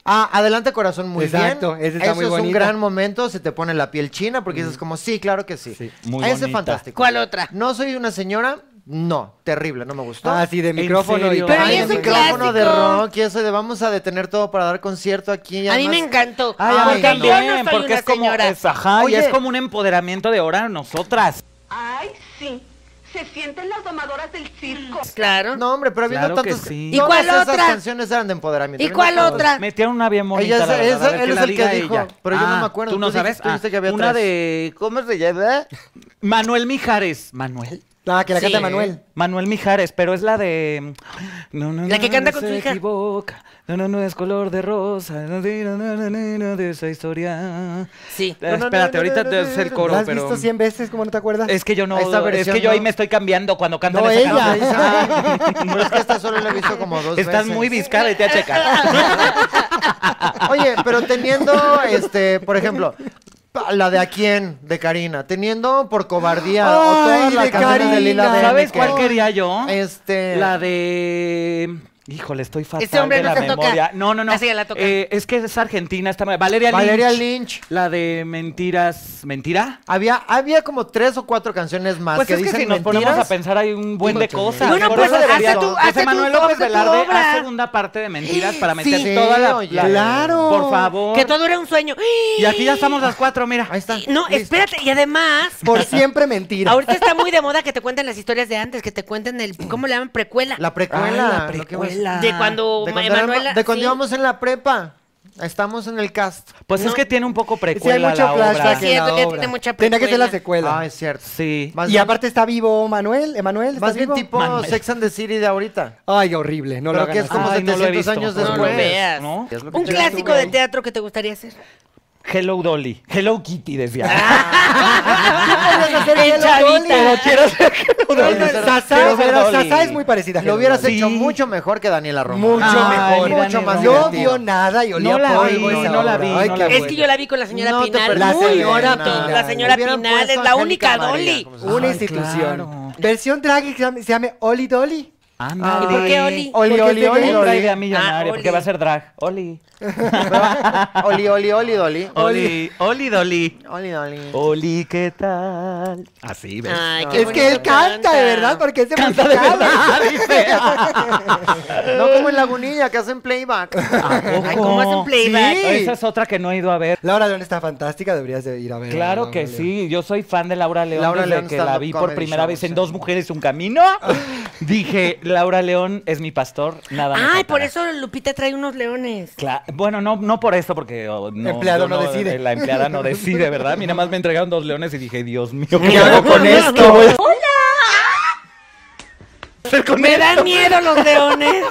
Speaker 2: Ah, adelante corazón, muy
Speaker 5: Exacto,
Speaker 2: bien.
Speaker 5: esa está
Speaker 2: Eso
Speaker 5: muy
Speaker 2: es un
Speaker 5: bonita.
Speaker 2: gran momento, se te pone la piel china porque dices como, sí, claro que sí.
Speaker 3: Sí, muy
Speaker 2: Ese es
Speaker 3: bonita.
Speaker 2: fantástico.
Speaker 1: ¿Cuál otra?
Speaker 2: No soy una señora, no, terrible, no me gustó.
Speaker 5: Ah, sí, de
Speaker 3: ¿En
Speaker 5: micrófono y
Speaker 3: serio?
Speaker 5: todo.
Speaker 1: Pero
Speaker 2: Ay,
Speaker 1: ya
Speaker 2: el
Speaker 1: es un
Speaker 2: micrófono de
Speaker 1: clásico.
Speaker 2: rock y eso de vamos a detener todo para dar concierto aquí.
Speaker 1: A mí me
Speaker 2: además-
Speaker 1: encantó.
Speaker 2: Ay,
Speaker 1: Porque
Speaker 2: ay, no.
Speaker 1: yo no soy
Speaker 3: Ah, porque
Speaker 1: una
Speaker 3: es como,
Speaker 1: señora.
Speaker 3: es- ajá, y
Speaker 2: Oye.
Speaker 3: es como un empoderamiento de ahora a nosotras.
Speaker 8: Ay, sí. Se sienten las domadoras del circo.
Speaker 1: Claro.
Speaker 2: No, hombre, pero habiendo
Speaker 3: Claro que
Speaker 2: tantas...
Speaker 3: sí.
Speaker 1: ¿Y
Speaker 2: Todas
Speaker 1: cuál
Speaker 2: esas
Speaker 1: otra?
Speaker 2: canciones eran de empoderamiento.
Speaker 1: ¿Y
Speaker 2: no
Speaker 1: cuál
Speaker 2: me acuerdo.
Speaker 1: otra?
Speaker 3: Metieron una bien
Speaker 2: Ah.
Speaker 3: bonita.
Speaker 2: Ella es-
Speaker 3: la verdad,
Speaker 2: esa-
Speaker 3: a ver,
Speaker 2: él
Speaker 3: que
Speaker 2: es
Speaker 3: la
Speaker 2: el que
Speaker 3: diga
Speaker 2: dijo,
Speaker 3: ella. Ah,
Speaker 2: pero yo no me acuerdo,
Speaker 3: Tú
Speaker 2: tú
Speaker 3: no
Speaker 2: dijiste-
Speaker 3: sabes. Ah,
Speaker 2: tú dijiste que había
Speaker 3: una
Speaker 2: tres.
Speaker 3: de. ¿Cómo se llama? Manuel Mijares. Manuel.
Speaker 5: Ah, que la
Speaker 1: Sí.
Speaker 5: canta Manuel.
Speaker 3: Manuel Mijares, pero es la de. No, no,
Speaker 1: La
Speaker 3: no,
Speaker 1: que canta
Speaker 3: no
Speaker 1: con
Speaker 3: se
Speaker 1: su hija.
Speaker 3: equivoca. No, no, no es color de rosa. No, no, no, no, no, no, de esa historia.
Speaker 1: Sí.
Speaker 3: Eh, Espérate, ahorita te es el coro,
Speaker 5: ¿La has
Speaker 3: pero.
Speaker 5: visto 100 veces? ¿Cómo no te acuerdas?
Speaker 3: Es que yo no.
Speaker 2: Esta
Speaker 3: Es
Speaker 2: versión
Speaker 3: que yo ahí
Speaker 2: no.
Speaker 3: me estoy cambiando cuando cantan
Speaker 5: No,
Speaker 3: esa
Speaker 5: ella.
Speaker 3: canción.
Speaker 2: Ay, ay, Pero es que esta solo la he visto como dos veces.
Speaker 3: Estás muy bizcara y te a checar.
Speaker 2: Oye, pero teniendo, este, por ejemplo, pa- la de A quién, de Karina, teniendo por cobardía o
Speaker 5: Ay,
Speaker 2: todas las
Speaker 5: de
Speaker 2: canciones de Lila
Speaker 5: Karina.
Speaker 2: Dene
Speaker 3: ¿Sabes
Speaker 2: que-
Speaker 3: cuál quería yo?
Speaker 2: Este...
Speaker 3: La de. Híjole, estoy fatal
Speaker 1: Este hombre
Speaker 3: de
Speaker 1: no
Speaker 3: la
Speaker 1: se toca.
Speaker 3: memoria. No, no, no.
Speaker 1: Así que la toca.
Speaker 3: Eh, es que es argentina esta ma- Valeria Lynch.
Speaker 2: Valeria Lynch.
Speaker 3: La de mentiras. ¿Mentira?
Speaker 2: Había, había como tres o cuatro canciones más
Speaker 3: Pues
Speaker 2: que
Speaker 3: es que
Speaker 2: dicen
Speaker 3: si nos ponemos
Speaker 2: mentiras.
Speaker 3: a pensar hay un buen de cosas.
Speaker 1: Bueno,
Speaker 3: Por
Speaker 1: pues,
Speaker 3: eso
Speaker 1: hazte
Speaker 3: debería-
Speaker 1: tú-
Speaker 3: José
Speaker 1: hazte tú
Speaker 3: Manuel
Speaker 1: tu-
Speaker 3: López
Speaker 1: hazte tu
Speaker 3: Velarde
Speaker 1: obra.
Speaker 3: hace una parte de mentiras para meter
Speaker 2: Sí,
Speaker 3: toda la,
Speaker 2: oye.
Speaker 3: la-
Speaker 5: Claro.
Speaker 3: Por favor.
Speaker 1: Que todo era un sueño.
Speaker 3: Y aquí ya estamos las cuatro, mira.
Speaker 2: Ahí está.
Speaker 1: No,
Speaker 2: Listo.
Speaker 1: espérate. Y además,
Speaker 5: Por siempre mentira.
Speaker 1: ahorita está muy de moda que te cuenten las historias de antes, que te cuenten el, ¿cómo le llaman? Precuela.
Speaker 2: La
Speaker 3: Ay,
Speaker 2: precuela.
Speaker 3: la
Speaker 2: lo que voy a-
Speaker 3: precuela.
Speaker 1: de cuando,
Speaker 2: De
Speaker 1: Ma-
Speaker 2: cuando, éramos-
Speaker 1: Manuela-
Speaker 2: de cuando
Speaker 1: sí.
Speaker 2: íbamos en la prepa. Estamos en el cast.
Speaker 3: Pues es que tiene un
Speaker 5: Sí,
Speaker 3: poco
Speaker 5: hay
Speaker 3: precuela
Speaker 5: mucho
Speaker 3: la
Speaker 5: flashback
Speaker 1: Sí,
Speaker 3: obra.
Speaker 5: en la
Speaker 1: es- ya
Speaker 5: obra.
Speaker 1: tiene mucha
Speaker 5: Tenía que ser
Speaker 1: precuela.
Speaker 5: la secuela.
Speaker 2: Ah, es cierto.
Speaker 3: Sí.
Speaker 2: Más
Speaker 5: y
Speaker 2: bien-
Speaker 5: aparte está vivo Manuel. Emanuel, ¿estás
Speaker 2: más bien
Speaker 5: vivo?
Speaker 2: tipo
Speaker 3: Manuel.
Speaker 2: Sex and the City de ahorita.
Speaker 5: Ay, horrible. No lo
Speaker 2: Pero que
Speaker 5: hagan
Speaker 2: es como
Speaker 5: así.
Speaker 3: Ay, no lo he
Speaker 2: 700
Speaker 3: visto.
Speaker 2: años
Speaker 3: No lo
Speaker 2: después.
Speaker 1: veas.
Speaker 3: ¿No?
Speaker 2: Es lo que
Speaker 1: Un
Speaker 2: te-
Speaker 1: clásico de teatro que te gustaría hacer.
Speaker 3: Hello Dolly. Hello Kitty decía.
Speaker 1: Ah.
Speaker 5: podrías hacer
Speaker 1: Ay,
Speaker 5: Hello
Speaker 1: chavita.
Speaker 5: Dolly? Pero quiero hacer Hello
Speaker 2: Pero
Speaker 5: Dolly.
Speaker 2: no es-
Speaker 5: Sasá,
Speaker 3: pero
Speaker 5: pero
Speaker 3: Dolly.
Speaker 5: Sasá es muy parecida a
Speaker 2: Lo
Speaker 5: Hello
Speaker 2: hubieras
Speaker 5: Dolly.
Speaker 2: hecho
Speaker 3: Sí.
Speaker 2: mucho mejor que Daniela Román.
Speaker 5: Mucho
Speaker 3: Ay,
Speaker 5: mejor.
Speaker 2: Daniela
Speaker 5: Mucho más
Speaker 2: Román.
Speaker 5: No vio nada y olía
Speaker 3: No la
Speaker 5: polvo
Speaker 3: vi,
Speaker 5: esa
Speaker 3: no la
Speaker 5: obra.
Speaker 3: vi,
Speaker 5: Ay,
Speaker 3: no
Speaker 5: qué
Speaker 3: la vi.
Speaker 1: Es que yo la vi con la señora
Speaker 2: No te
Speaker 1: Pinal.
Speaker 2: perdono.
Speaker 1: Muy
Speaker 5: La señora
Speaker 1: bonito.
Speaker 5: Pinal.
Speaker 1: La señora
Speaker 2: Hubieran
Speaker 1: Pinal es
Speaker 2: puesto
Speaker 1: la
Speaker 2: a
Speaker 1: única
Speaker 2: Angélica María,
Speaker 1: Dolly.
Speaker 2: como se llama.
Speaker 5: Una
Speaker 3: Ay,
Speaker 5: institución.
Speaker 3: claro.
Speaker 5: Versión drag que se llama, se llama Oli Dolly.
Speaker 3: Ándale.
Speaker 1: ¿Y por qué Oli?
Speaker 5: Oli,
Speaker 2: Porque
Speaker 5: Oli,
Speaker 2: te
Speaker 5: Oli.
Speaker 2: digo,
Speaker 3: Otra
Speaker 2: Oli.
Speaker 3: idea millonaria,
Speaker 1: Ah,
Speaker 3: porque
Speaker 1: Oli.
Speaker 3: va a ser drag. Oli.
Speaker 2: Oli, oli, oli, Dolly.
Speaker 3: Oli. Oh. Oli Dolly.
Speaker 2: Oli, Dolly.
Speaker 3: Oli, ¿qué tal? Así, ¿ves?
Speaker 1: Ay, qué
Speaker 5: Es que él
Speaker 1: bonito
Speaker 5: canta, de verdad, porque es de
Speaker 3: Canta de
Speaker 5: musical.
Speaker 3: verdad, dice.
Speaker 2: No como en Lagunilla, que hacen playback.
Speaker 1: Ay, ¿cómo hacen playback?
Speaker 5: Sí.
Speaker 3: Esa es otra que no he ido a ver.
Speaker 5: Laura León está fantástica, deberías de ir a ver.
Speaker 3: Claro que sí, yo soy fan de Laura León
Speaker 2: Laura
Speaker 3: desde
Speaker 2: León
Speaker 3: que
Speaker 2: stand-up
Speaker 3: la vi por
Speaker 2: comedy
Speaker 3: primera
Speaker 2: show,
Speaker 3: vez en
Speaker 2: sí.
Speaker 3: Dos Mujeres Un Camino. Dije, Laura León es mi pastor, nada más.
Speaker 1: Ay, por eso Lupita trae unos leones.
Speaker 3: bueno, no, no por eso, porque oh, no,
Speaker 5: Empleado
Speaker 3: yo
Speaker 5: no decide.
Speaker 3: La empleada no decide, ¿verdad? Mira, más me entregaron dos leones y dije, Dios mío, ¿qué
Speaker 5: ¿Qué
Speaker 3: hago
Speaker 5: hago con
Speaker 2: este,
Speaker 5: esto?
Speaker 1: Me dan miedo los leones.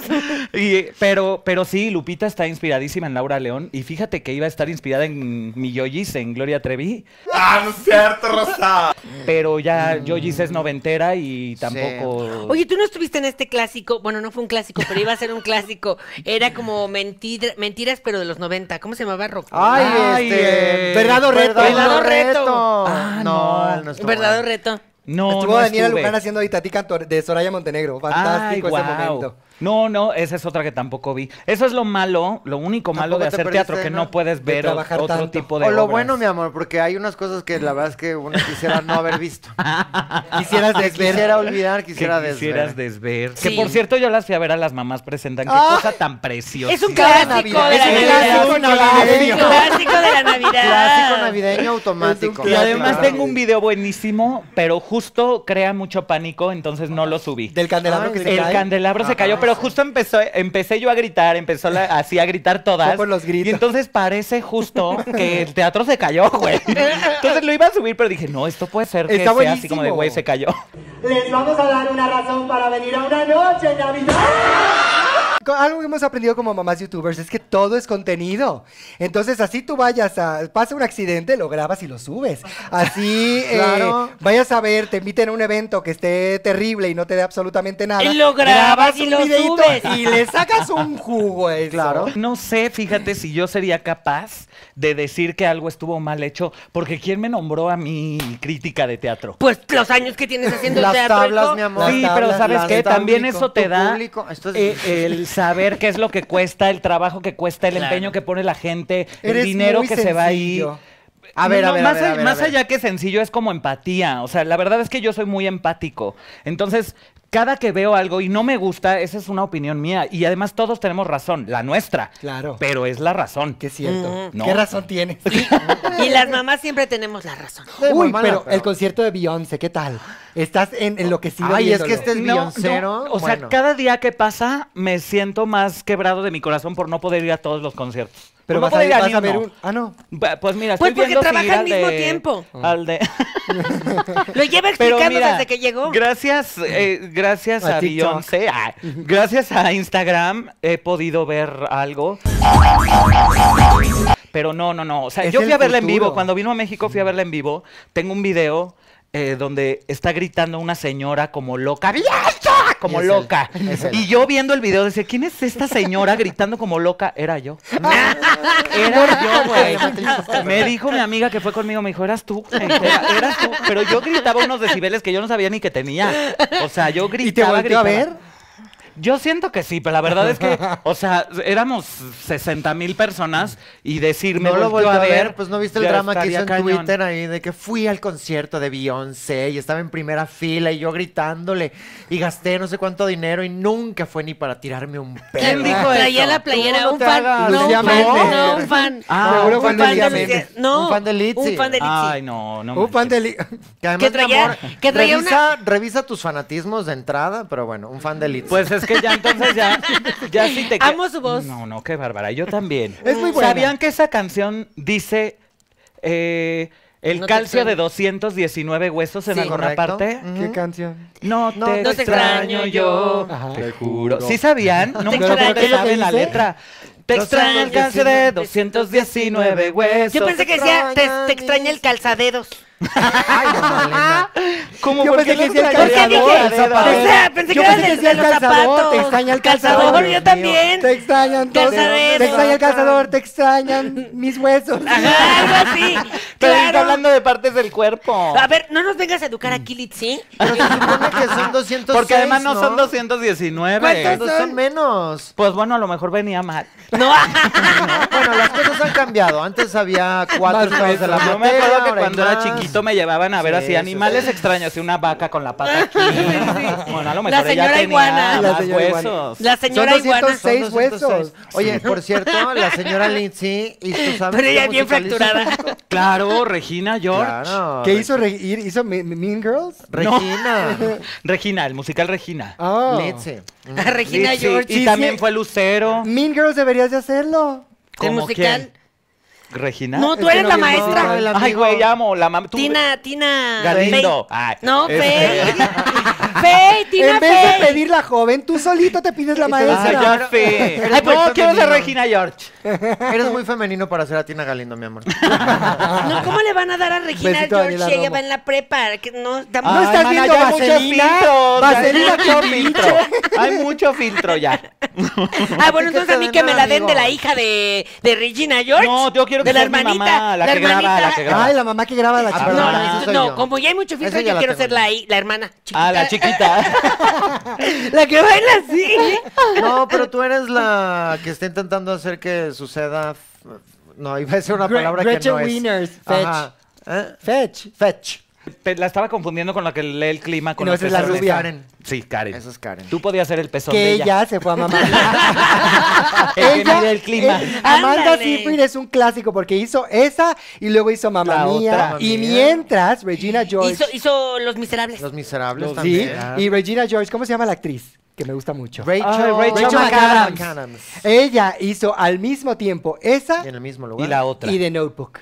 Speaker 3: Y, pero, pero sí, Lupita está inspiradísima en Laura León. Y fíjate que iba a estar inspirada en mi Yoyis, en Gloria Trevi.
Speaker 9: ¡Ah, no es cierto, Rosa!
Speaker 3: Pero ya
Speaker 5: Mm.
Speaker 3: Yoyis es noventera y tampoco.
Speaker 1: Oye, tú no estuviste en este clásico. Bueno, no fue un clásico, pero iba a ser un clásico. Era como mentira- mentiras, pero de los 90. ¿cómo se llamaba Rocco?
Speaker 2: Ay,
Speaker 3: Ay,
Speaker 2: este.
Speaker 3: eh,
Speaker 5: verdad o reto.
Speaker 1: Verdad o reto.
Speaker 3: Ah,
Speaker 2: no,
Speaker 3: no.
Speaker 2: él no estuvo.
Speaker 1: Verdadero reto.
Speaker 3: No,
Speaker 5: Estuvo
Speaker 3: no
Speaker 5: Daniela
Speaker 3: estuve.
Speaker 5: Luján haciendo Itatí Cantor de Soraya Montenegro. Fantástico
Speaker 3: Ay,
Speaker 5: ese
Speaker 3: guau.
Speaker 5: momento.
Speaker 3: No, no, esa es otra que tampoco vi. Eso es lo malo, lo único malo de
Speaker 2: Tampoco te
Speaker 3: hacer teatro,
Speaker 2: perdiste,
Speaker 3: que
Speaker 2: ¿no?
Speaker 3: no puedes ver o-
Speaker 5: trabajar
Speaker 3: otro
Speaker 5: tanto.
Speaker 3: tipo de
Speaker 2: O lo
Speaker 3: obras.
Speaker 2: bueno, mi amor, porque hay unas cosas que la verdad es que uno quisiera no haber visto.
Speaker 5: Quisieras desver.
Speaker 2: Quisiera olvidar,
Speaker 3: Que
Speaker 2: quisiera
Speaker 3: quisieras
Speaker 2: desver.
Speaker 3: desver.
Speaker 1: Sí.
Speaker 3: Que por cierto, yo las fui a ver a las mamás presentan. Qué
Speaker 5: Ah.
Speaker 3: cosa tan preciosa.
Speaker 1: Es un clásico
Speaker 5: Navidad.
Speaker 1: de la
Speaker 5: Es un
Speaker 1: Navidad.
Speaker 5: clásico
Speaker 1: Es un
Speaker 5: navideño.
Speaker 1: clásico de la Navidad.
Speaker 2: Clásico navideño automático.
Speaker 3: Y además
Speaker 2: Claro.
Speaker 3: tengo un video buenísimo, pero justo crea mucho pánico, entonces no lo subí.
Speaker 5: Del candelabro
Speaker 2: Ay,
Speaker 5: que se
Speaker 3: el
Speaker 5: cae.
Speaker 3: candelabro se cayó, pero justo empezó, empecé yo a gritar, empezó la- así a gritar todas.
Speaker 5: Fue por los gritos.
Speaker 3: Y entonces parece justo que el teatro se cayó, güey. Entonces lo iba a subir, pero dije, no, esto puede ser que
Speaker 5: Está
Speaker 3: sea así
Speaker 5: buenísimo.
Speaker 3: como de güey, se cayó.
Speaker 5: Les vamos a dar una razón para venir a una noche en Navidad. Algo que hemos aprendido como mamás youtubers es que todo es contenido. Entonces, así tú vayas a. pasa un accidente, lo grabas y lo subes. Así eh,
Speaker 2: Claro.
Speaker 5: vayas a ver, te inviten a un evento que esté terrible y no te dé absolutamente nada.
Speaker 1: Y lo grabas y
Speaker 5: un
Speaker 1: lo
Speaker 5: videíto
Speaker 1: subes.
Speaker 5: Y le sacas un jugo a eso.
Speaker 2: Claro.
Speaker 3: No sé, fíjate si yo sería capaz de decir que algo estuvo mal hecho, porque ¿quién me nombró a mí crítica de teatro?
Speaker 1: Pues los años que tienes haciendo
Speaker 2: Las
Speaker 1: teatro.
Speaker 2: tablas,
Speaker 1: hijo.
Speaker 2: mi amor.
Speaker 3: sí,
Speaker 5: Las
Speaker 3: pero
Speaker 5: tablas,
Speaker 3: ¿sabes
Speaker 2: las
Speaker 3: qué?
Speaker 2: tablas,
Speaker 3: También
Speaker 2: público,
Speaker 3: eso te
Speaker 2: tu
Speaker 3: da
Speaker 2: público, esto es-
Speaker 3: eh, el saber qué es lo que cuesta, el trabajo que cuesta, el
Speaker 1: Claro.
Speaker 3: empeño que pone la gente,
Speaker 5: Eres
Speaker 3: el dinero
Speaker 5: muy
Speaker 3: que se va ahí.
Speaker 5: sencillo.
Speaker 2: A ver,
Speaker 3: No,
Speaker 2: a ver, a
Speaker 3: más,
Speaker 2: ver, a ver,
Speaker 3: más
Speaker 2: a ver.
Speaker 3: allá que sencillo es como empatía. O sea, la verdad es que yo soy muy empático. Entonces, cada que veo algo y no me gusta, esa es una opinión mía. Y además todos tenemos razón, la nuestra.
Speaker 5: Claro.
Speaker 3: Pero es la razón.
Speaker 5: Que es cierto.
Speaker 3: Mm, no.
Speaker 5: ¿Qué razón tienes?
Speaker 1: Y las mamás siempre tenemos la razón.
Speaker 2: De
Speaker 5: Uy,
Speaker 2: mamada,
Speaker 5: pero, el concierto de Beyoncé, ¿qué tal? Estás en enloquecido.
Speaker 2: Ay, es
Speaker 5: viéndolo.
Speaker 2: que este es billoncero.
Speaker 3: o sea,
Speaker 2: bueno.
Speaker 3: cada día que pasa me siento más quebrado de mi corazón por no poder ir a todos los conciertos.
Speaker 5: Pero
Speaker 3: no
Speaker 5: vas a,
Speaker 3: poder ir a
Speaker 5: vas
Speaker 3: ni
Speaker 5: a ver
Speaker 3: uno.
Speaker 5: un. Ah, no.
Speaker 3: Bu- Pues mira,
Speaker 1: Pues
Speaker 3: estoy
Speaker 1: porque
Speaker 3: viendo
Speaker 1: trabaja
Speaker 3: seguir
Speaker 1: al
Speaker 3: al
Speaker 1: mismo
Speaker 3: de-
Speaker 1: tiempo.
Speaker 3: Al de...
Speaker 1: Lo lleva
Speaker 3: Pero
Speaker 1: explicando
Speaker 3: mira,
Speaker 1: desde que llegó.
Speaker 3: Gracias, eh, gracias
Speaker 5: A
Speaker 3: a,
Speaker 5: TikTok.
Speaker 3: Beyoncé, ah, gracias a Instagram he podido ver algo. Pero no, no, no. O sea,
Speaker 5: Es
Speaker 3: yo
Speaker 5: el
Speaker 3: fui a verla en
Speaker 5: futuro.
Speaker 3: vivo. Cuando vino a México fui a verla en vivo. Tengo un video eh, donde está gritando una señora como loca. "¡Beyoncé!", Como
Speaker 2: Y es él,
Speaker 3: loca. Y yo viendo el video decía, ¿quién es esta señora gritando como loca? Era yo. Era yo, güey. Me dijo mi amiga que fue conmigo, me dijo, eras tú, güey, era- eras tú. Pero yo gritaba unos decibeles que yo no sabía ni que tenía. O sea, yo gritaba.
Speaker 5: ¿Y te volteó a
Speaker 3: gritaba.
Speaker 5: ver?
Speaker 3: Yo siento que sí, pero la verdad es que, o sea, éramos 60 mil personas y decirme
Speaker 2: No lo volvió
Speaker 3: volteó
Speaker 2: a ver, pues no viste el
Speaker 3: ya
Speaker 2: drama que
Speaker 3: estaría
Speaker 2: hizo en
Speaker 3: cañón.
Speaker 2: Twitter ahí de que fui al concierto de Beyoncé y estaba en primera fila y yo gritándole y gasté no sé cuánto dinero y nunca fue ni para tirarme un
Speaker 1: ¿Quién
Speaker 2: pelo.
Speaker 1: dijo Pues Traía la playera
Speaker 2: Tú no
Speaker 1: un
Speaker 2: te
Speaker 1: fan.
Speaker 2: hagas,
Speaker 1: No, un
Speaker 5: Lucía
Speaker 1: fan.
Speaker 5: Méndez.
Speaker 1: No, un fan.
Speaker 3: Ah, Seguro
Speaker 1: un
Speaker 5: fue
Speaker 1: fan
Speaker 5: Lucía
Speaker 1: de
Speaker 5: Méndez.
Speaker 1: Lucía- No,
Speaker 2: Un fan de Litzy.
Speaker 1: Un fan de Litzy.
Speaker 3: Ay, no, no.
Speaker 5: un fan
Speaker 3: manches.
Speaker 5: de. Li-
Speaker 2: Que además,
Speaker 1: Que traía-
Speaker 2: mi amor,
Speaker 1: que traía una-
Speaker 2: revisa, revisa tus fanatismos de entrada, pero bueno, un fan de Litzy.
Speaker 3: Pues es que ya entonces ya, ya sí te... que-
Speaker 1: Amo su voz.
Speaker 3: No, no, qué bárbara, yo también.
Speaker 5: Es muy buena.
Speaker 3: ¿Sabían que esa canción dice eh, el
Speaker 1: No te
Speaker 3: calcio de
Speaker 1: extraño.
Speaker 3: 219 huesos en
Speaker 1: Sí. Mm.
Speaker 3: alguna
Speaker 2: Correcto.
Speaker 3: parte?
Speaker 2: Ujú.
Speaker 5: ¿Qué canción?
Speaker 3: No te,
Speaker 2: No te
Speaker 1: extraño yo.
Speaker 5: Ajá.
Speaker 3: Te juro. ¿Sí sabían? No me
Speaker 1: extraño.
Speaker 3: acuerdo
Speaker 1: ¿Qué
Speaker 3: que
Speaker 1: es lo
Speaker 5: que
Speaker 3: sabe la
Speaker 5: dice?
Speaker 3: letra. Te extraño el calcio de 219 huesos.
Speaker 1: Yo pensé que decía, te, te extraña el calzadedos.
Speaker 2: Ay, no, Malena.
Speaker 3: Como
Speaker 5: Yo
Speaker 3: porque
Speaker 5: pensé que
Speaker 3: los
Speaker 5: decía el
Speaker 1: ¿Por qué
Speaker 5: Calzador,
Speaker 1: dije?
Speaker 5: el zapato.
Speaker 1: O sea, pensé
Speaker 5: Yo
Speaker 1: que era
Speaker 5: pensé que
Speaker 1: de,
Speaker 5: decía
Speaker 1: de
Speaker 5: el
Speaker 1: los
Speaker 5: calzador,
Speaker 1: zapatos.
Speaker 5: te extraña el calzador,
Speaker 1: Calzador,
Speaker 5: Dios
Speaker 1: yo también.
Speaker 5: Te extrañan todos.
Speaker 1: Calzadero.
Speaker 5: Te extraña el calzador, te extrañan mis huesos.
Speaker 1: Ajá, algo así.
Speaker 3: Pero está
Speaker 1: Claro. Ah,
Speaker 3: hablando de partes del cuerpo.
Speaker 1: A ver, no nos vengas a educar aquí, Litzy.
Speaker 2: Pero se supone que son 206,
Speaker 3: Porque además no, son
Speaker 2: ¿no?
Speaker 3: 219.
Speaker 2: Son menos.
Speaker 3: Pues bueno, a lo mejor venía mal.
Speaker 1: No.
Speaker 2: Bueno, las cosas han cambiado. Antes había cuatro estados de la
Speaker 3: Yo me
Speaker 2: materia,
Speaker 3: acuerdo que
Speaker 2: ahora hay
Speaker 3: cuando era
Speaker 2: más.
Speaker 3: chiquito me llevaban a ver
Speaker 2: Sí,
Speaker 3: así
Speaker 2: sí,
Speaker 3: animales
Speaker 2: sí.
Speaker 3: extraños, así una vaca con la pata aquí. Bueno, a
Speaker 1: La
Speaker 3: lo mejor ella
Speaker 1: señora
Speaker 3: tenía
Speaker 1: iguana.
Speaker 5: La
Speaker 3: más
Speaker 5: señora iguana.
Speaker 3: huesos.
Speaker 1: La
Speaker 5: Son
Speaker 1: señora iguana.
Speaker 5: 206
Speaker 2: Son 206.
Speaker 5: huesos.
Speaker 2: Oye, por cierto, la señora Lindsay hizo ¿sabes
Speaker 1: Pero ella
Speaker 2: qué
Speaker 1: es bien
Speaker 2: musicalizó?
Speaker 1: fracturada.
Speaker 3: Claro, Regina George.
Speaker 2: Claro.
Speaker 5: ¿Qué hizo? re- ir- ¿Hizo Me- Me- Mean Girls?
Speaker 2: Regina.
Speaker 3: Regina, el musical Regina.
Speaker 5: Ah.
Speaker 2: Lindsay.
Speaker 1: Regina
Speaker 3: Sí, sí,
Speaker 1: George.
Speaker 3: Y
Speaker 5: Sí,
Speaker 3: también
Speaker 5: sí.
Speaker 3: fue Lucero.
Speaker 5: Mean Girls deberías de hacerlo.
Speaker 1: ¿El
Speaker 3: ¿Cómo
Speaker 1: musical?
Speaker 3: quién? ¿Regina?
Speaker 1: No,
Speaker 5: Es
Speaker 1: tú
Speaker 5: que
Speaker 1: eres
Speaker 5: no
Speaker 1: la
Speaker 5: vi el
Speaker 1: maestra.
Speaker 5: musical. el
Speaker 3: Ay,
Speaker 5: amigo.
Speaker 3: güey, amo la mamá.
Speaker 1: Tina, Tina.
Speaker 3: Galindo.
Speaker 1: Fey.
Speaker 3: Ay,
Speaker 1: No,
Speaker 3: es-
Speaker 1: Fey. Fey, Tina
Speaker 5: en vez de
Speaker 1: Fey.
Speaker 5: pedir la joven, tú solito te pides la
Speaker 3: Ay,
Speaker 5: maestra.
Speaker 3: ya sé.
Speaker 2: Eres
Speaker 3: Ay, pues,
Speaker 2: muy
Speaker 3: no, quiero ser
Speaker 2: femenino.
Speaker 3: Regina George.
Speaker 2: Eres muy femenino para ser a Tina Galindo, mi amor.
Speaker 1: No, ¿cómo le van a dar a Regina
Speaker 5: Besito a
Speaker 1: George
Speaker 5: Daniela
Speaker 1: si ella
Speaker 5: Romo.
Speaker 1: va en la prepa? Que No, tam-
Speaker 5: Ay, estás
Speaker 3: mana,
Speaker 5: viendo
Speaker 3: ya hay muchos
Speaker 5: vaselina?
Speaker 3: filtros, ya hay
Speaker 5: Vaselina
Speaker 3: mucho
Speaker 5: con
Speaker 3: filtro. Hay mucho filtro ya.
Speaker 1: Ah, bueno,
Speaker 2: que
Speaker 1: entonces a
Speaker 2: te
Speaker 1: mí
Speaker 2: den
Speaker 1: que me la den
Speaker 2: amigo.
Speaker 1: de la hija de, de Regina George.
Speaker 3: No, yo quiero que
Speaker 1: de la
Speaker 3: sea mi
Speaker 1: hermanita.
Speaker 3: mamá, la que graba,
Speaker 1: hermanita.
Speaker 3: la que graba. Ah,
Speaker 5: Ay, la mamá que graba la chica.
Speaker 2: perdón,
Speaker 1: No,
Speaker 2: esa
Speaker 1: no,
Speaker 2: soy
Speaker 1: no,
Speaker 2: yo.
Speaker 1: como ya hay mucho filtro,
Speaker 2: Esa ya
Speaker 1: yo
Speaker 2: la
Speaker 1: quiero
Speaker 2: tengo
Speaker 1: ser
Speaker 2: yo.
Speaker 1: la, hi- Ah, la hermana chiquita.
Speaker 3: A Ah, la chiquita.
Speaker 1: La que baila así.
Speaker 2: No, pero tú eres la que está intentando hacer que suceda. f- No, iba a decir una
Speaker 5: Gre-
Speaker 2: palabra que
Speaker 5: Gretchen
Speaker 2: no es.
Speaker 5: Wieners,
Speaker 2: Ajá. ¿Eh?
Speaker 5: Fetch.
Speaker 2: Fetch.
Speaker 3: Te- la estaba confundiendo con la que lee el clima con
Speaker 5: No,
Speaker 3: los
Speaker 5: esa es la
Speaker 3: pezones.
Speaker 5: rubia.
Speaker 2: Karen.
Speaker 3: Sí, Karen.
Speaker 2: Esa es Karen.
Speaker 3: Tú podías ser el pezón de
Speaker 5: Que
Speaker 3: ella.
Speaker 5: ella se fue a mamar.
Speaker 3: El que mide el clima.
Speaker 5: eh, Amanda
Speaker 1: Ándale.
Speaker 5: Seyfried es un clásico porque hizo esa y luego hizo Mamma
Speaker 3: La otra,
Speaker 5: Mía.
Speaker 2: Mamma
Speaker 5: Y
Speaker 2: Mía.
Speaker 5: mientras Regina George.
Speaker 1: Hizo, hizo Los Miserables.
Speaker 2: Los miserables
Speaker 5: Sí,
Speaker 2: también. Ah.
Speaker 5: y Regina George, ¿cómo se llama la actriz? Que me gusta mucho.
Speaker 2: Rachel,
Speaker 3: Ay, Rachel
Speaker 2: Rachel
Speaker 5: McAdams.
Speaker 2: McAdams.
Speaker 5: Ella hizo al mismo tiempo esa
Speaker 2: Y En el mismo lugar.
Speaker 3: Y la otra. Ah,
Speaker 5: y The Notebook.